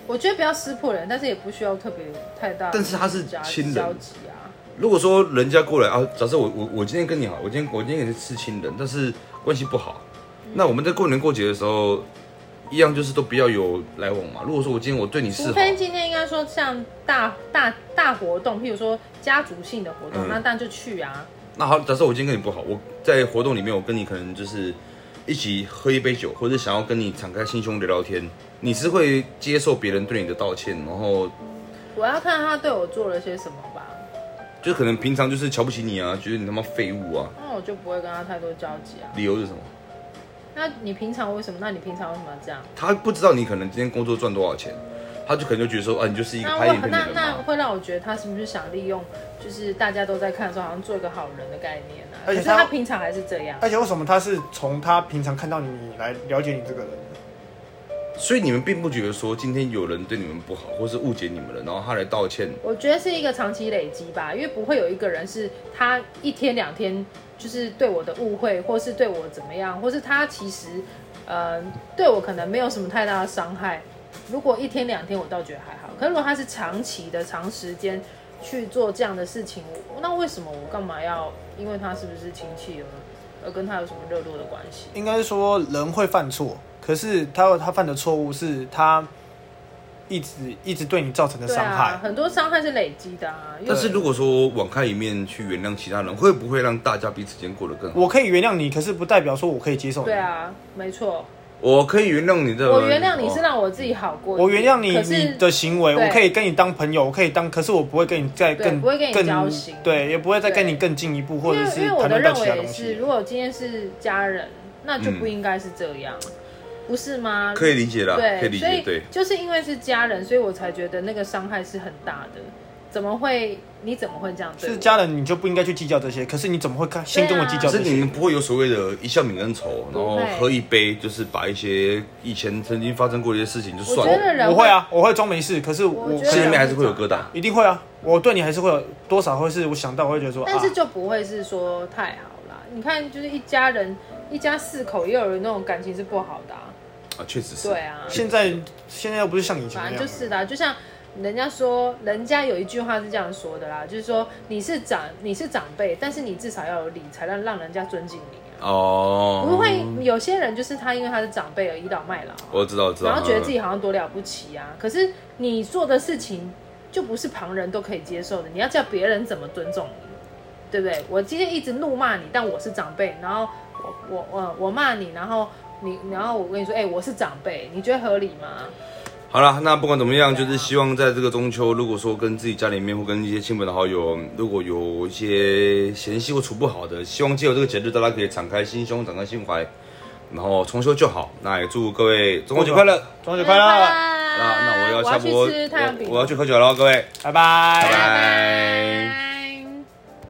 Speaker 2: 我觉得不要撕破脸，但是也不需要特别太大的
Speaker 1: 但是他是
Speaker 2: 交
Speaker 1: 亲人
Speaker 2: 交集啊。
Speaker 1: 如果说人家过来啊，假设我我我今天跟你好，我今天我今天也是是亲人，但是关系不好，
Speaker 2: 嗯
Speaker 1: 那我们在过年过节的时候，一样就是都不要有来往嘛。如果说我今天我对你示
Speaker 2: 除
Speaker 1: 好，
Speaker 2: 非今天应该说像大大大活动，譬如说家族性的活
Speaker 1: 嗯
Speaker 2: 动，那当然就去啊。
Speaker 1: 那好，假设我今天跟你不好，我在活动里面我跟你可能就是一起喝一杯酒，或者想要跟你敞开心胸聊聊天，你是会接受别人对你的道歉，然后
Speaker 2: 我要看他对我做了些什么吧，
Speaker 1: 就可能平常就是瞧不起你啊，觉得你他妈废物啊，
Speaker 2: 那我就不会跟他太多交集啊。
Speaker 1: 理由是什么？
Speaker 2: 那你平常为什么？那你平常为什么要这样？
Speaker 1: 他不知道你可能今天工作赚多少钱，他就可能就觉得说啊，你就是一个
Speaker 2: 那
Speaker 1: 拍
Speaker 2: 我
Speaker 1: 影片的
Speaker 2: 那
Speaker 1: 人
Speaker 2: 那
Speaker 1: 嘛。
Speaker 2: 会让我觉得他是不是想利用，就是大家都在看的时候，好像做一个好人的概念啊？
Speaker 3: 而
Speaker 2: 可
Speaker 3: 且
Speaker 2: 是
Speaker 3: 他
Speaker 2: 他平常还是这样。
Speaker 3: 而且为什么他是从他平常看到你来了解你这个人的？
Speaker 1: 所以你们并不觉得说今天有人对你们不好，或是误解你们了，然后他来道歉，
Speaker 2: 我觉得是一个长期累积吧，因为不会有一个人是他一天两天就是对我的误会，或是对我怎么样，或是他其实呃对我可能没有什么太大的伤害。如果一天两天，我倒觉得还好。可是如果他是长期的、长时间去做这样的事情，我那为什么我干嘛要因为他是不是亲戚而而跟他有什么热络的关系？
Speaker 3: 应该说人会犯错，可是他他犯的错误是他一直一直对你造成的
Speaker 2: 对
Speaker 3: 伤害。
Speaker 2: 啊，很多伤害是累积的啊。因为
Speaker 1: 但是如果说网开一面去原谅其他人，会不会让大家彼此间过得更好？
Speaker 3: 我可以原谅你，可是不代表说我可以接受你。
Speaker 2: 对，啊，没错，
Speaker 1: 我可以原谅你的，
Speaker 2: 我原谅你是
Speaker 1: 哦
Speaker 2: 让我自己好过一点，
Speaker 3: 我原谅你
Speaker 2: 可是
Speaker 3: 你的行为，
Speaker 2: 对
Speaker 3: 我可以跟你当朋友，我可以当，可是我不会跟你再
Speaker 2: 对
Speaker 3: 更
Speaker 2: 不会跟你
Speaker 3: 更
Speaker 2: 交心
Speaker 3: 对，也不会再跟
Speaker 2: 对
Speaker 3: 你更进一步，或
Speaker 2: 因
Speaker 3: 者
Speaker 2: 为
Speaker 3: 是
Speaker 2: 因为我
Speaker 3: 谈
Speaker 2: 的
Speaker 3: 论到
Speaker 2: 认
Speaker 3: 其
Speaker 2: 为
Speaker 3: 他东
Speaker 2: 也
Speaker 3: 西
Speaker 2: 是，。如果今天是家人，那就不
Speaker 1: 嗯
Speaker 2: 应该是这样，不是吗？
Speaker 1: 哦可以理解啦，啊可以
Speaker 2: 对，
Speaker 1: 理
Speaker 2: 所
Speaker 1: 解
Speaker 2: 以，
Speaker 1: 对。
Speaker 2: 就是因为是家人，所以我才觉得那个伤害是很大的。怎么会？你怎么会这样对我？
Speaker 3: 是家人，你就不应该去计较这些。可是你怎么会看先跟我计较
Speaker 1: 可
Speaker 3: 这
Speaker 1: 是
Speaker 2: 啊
Speaker 3: 些？
Speaker 1: 你们不会有所谓的一笑泯恩仇，然后喝一杯，就是把一些以前曾经发生过的一些事情就算
Speaker 2: 我觉得
Speaker 1: 了。
Speaker 2: 人
Speaker 3: 我会啊，我会装没事，可是我
Speaker 2: 我觉得
Speaker 1: 心里
Speaker 2: 人
Speaker 1: 面还是会有疙瘩。
Speaker 3: 一定会啊，我对你还是会有多少会是我想到我会觉得说，
Speaker 2: 但是
Speaker 3: 啊、
Speaker 2: 就不会是说太好啦。你看，就是一家人，一家四口也有人那种感情是不好的、啊。
Speaker 1: 啊，确实是。
Speaker 2: 对啊，
Speaker 3: 现在现在又不是像以前那
Speaker 2: 反正
Speaker 3: 样了，
Speaker 2: 就是的，就像人家说，人家有一句话是这样说的啦，就是说你是长你是长辈，但是你至少要有理，才让让人家尊敬你啊。
Speaker 1: 哦。
Speaker 2: 不会，有些人就是他，因为他是长辈而倚老卖老啊、
Speaker 1: 我知道，我知道。
Speaker 2: 然后觉得自己好像多了不起啊。可是你做的事情就不是旁人都可以接受的，你要叫别人怎么尊重你，对不对？我今天一直怒骂你，但我是长辈，然后我我呃我我骂你，然后你然后我跟你说，哎、我是长辈，你觉得合理吗？
Speaker 1: 好了，那不管怎么样，
Speaker 2: 对啊
Speaker 1: 就是希望在这个中秋，如果说跟自己家里面或跟一些亲朋好友，如果有一些嫌隙或处不好的，希望借由这个节日，大家可以敞开心胸，敞开心怀，然后重修就好。那也祝各位中秋节快乐。
Speaker 3: 中秋节快乐，
Speaker 1: 那
Speaker 2: 呃
Speaker 1: 那我要下播，
Speaker 2: 我要去吃太阳饼，
Speaker 1: 我我要去喝酒了，各位。
Speaker 3: 拜拜
Speaker 1: 拜拜
Speaker 2: 拜拜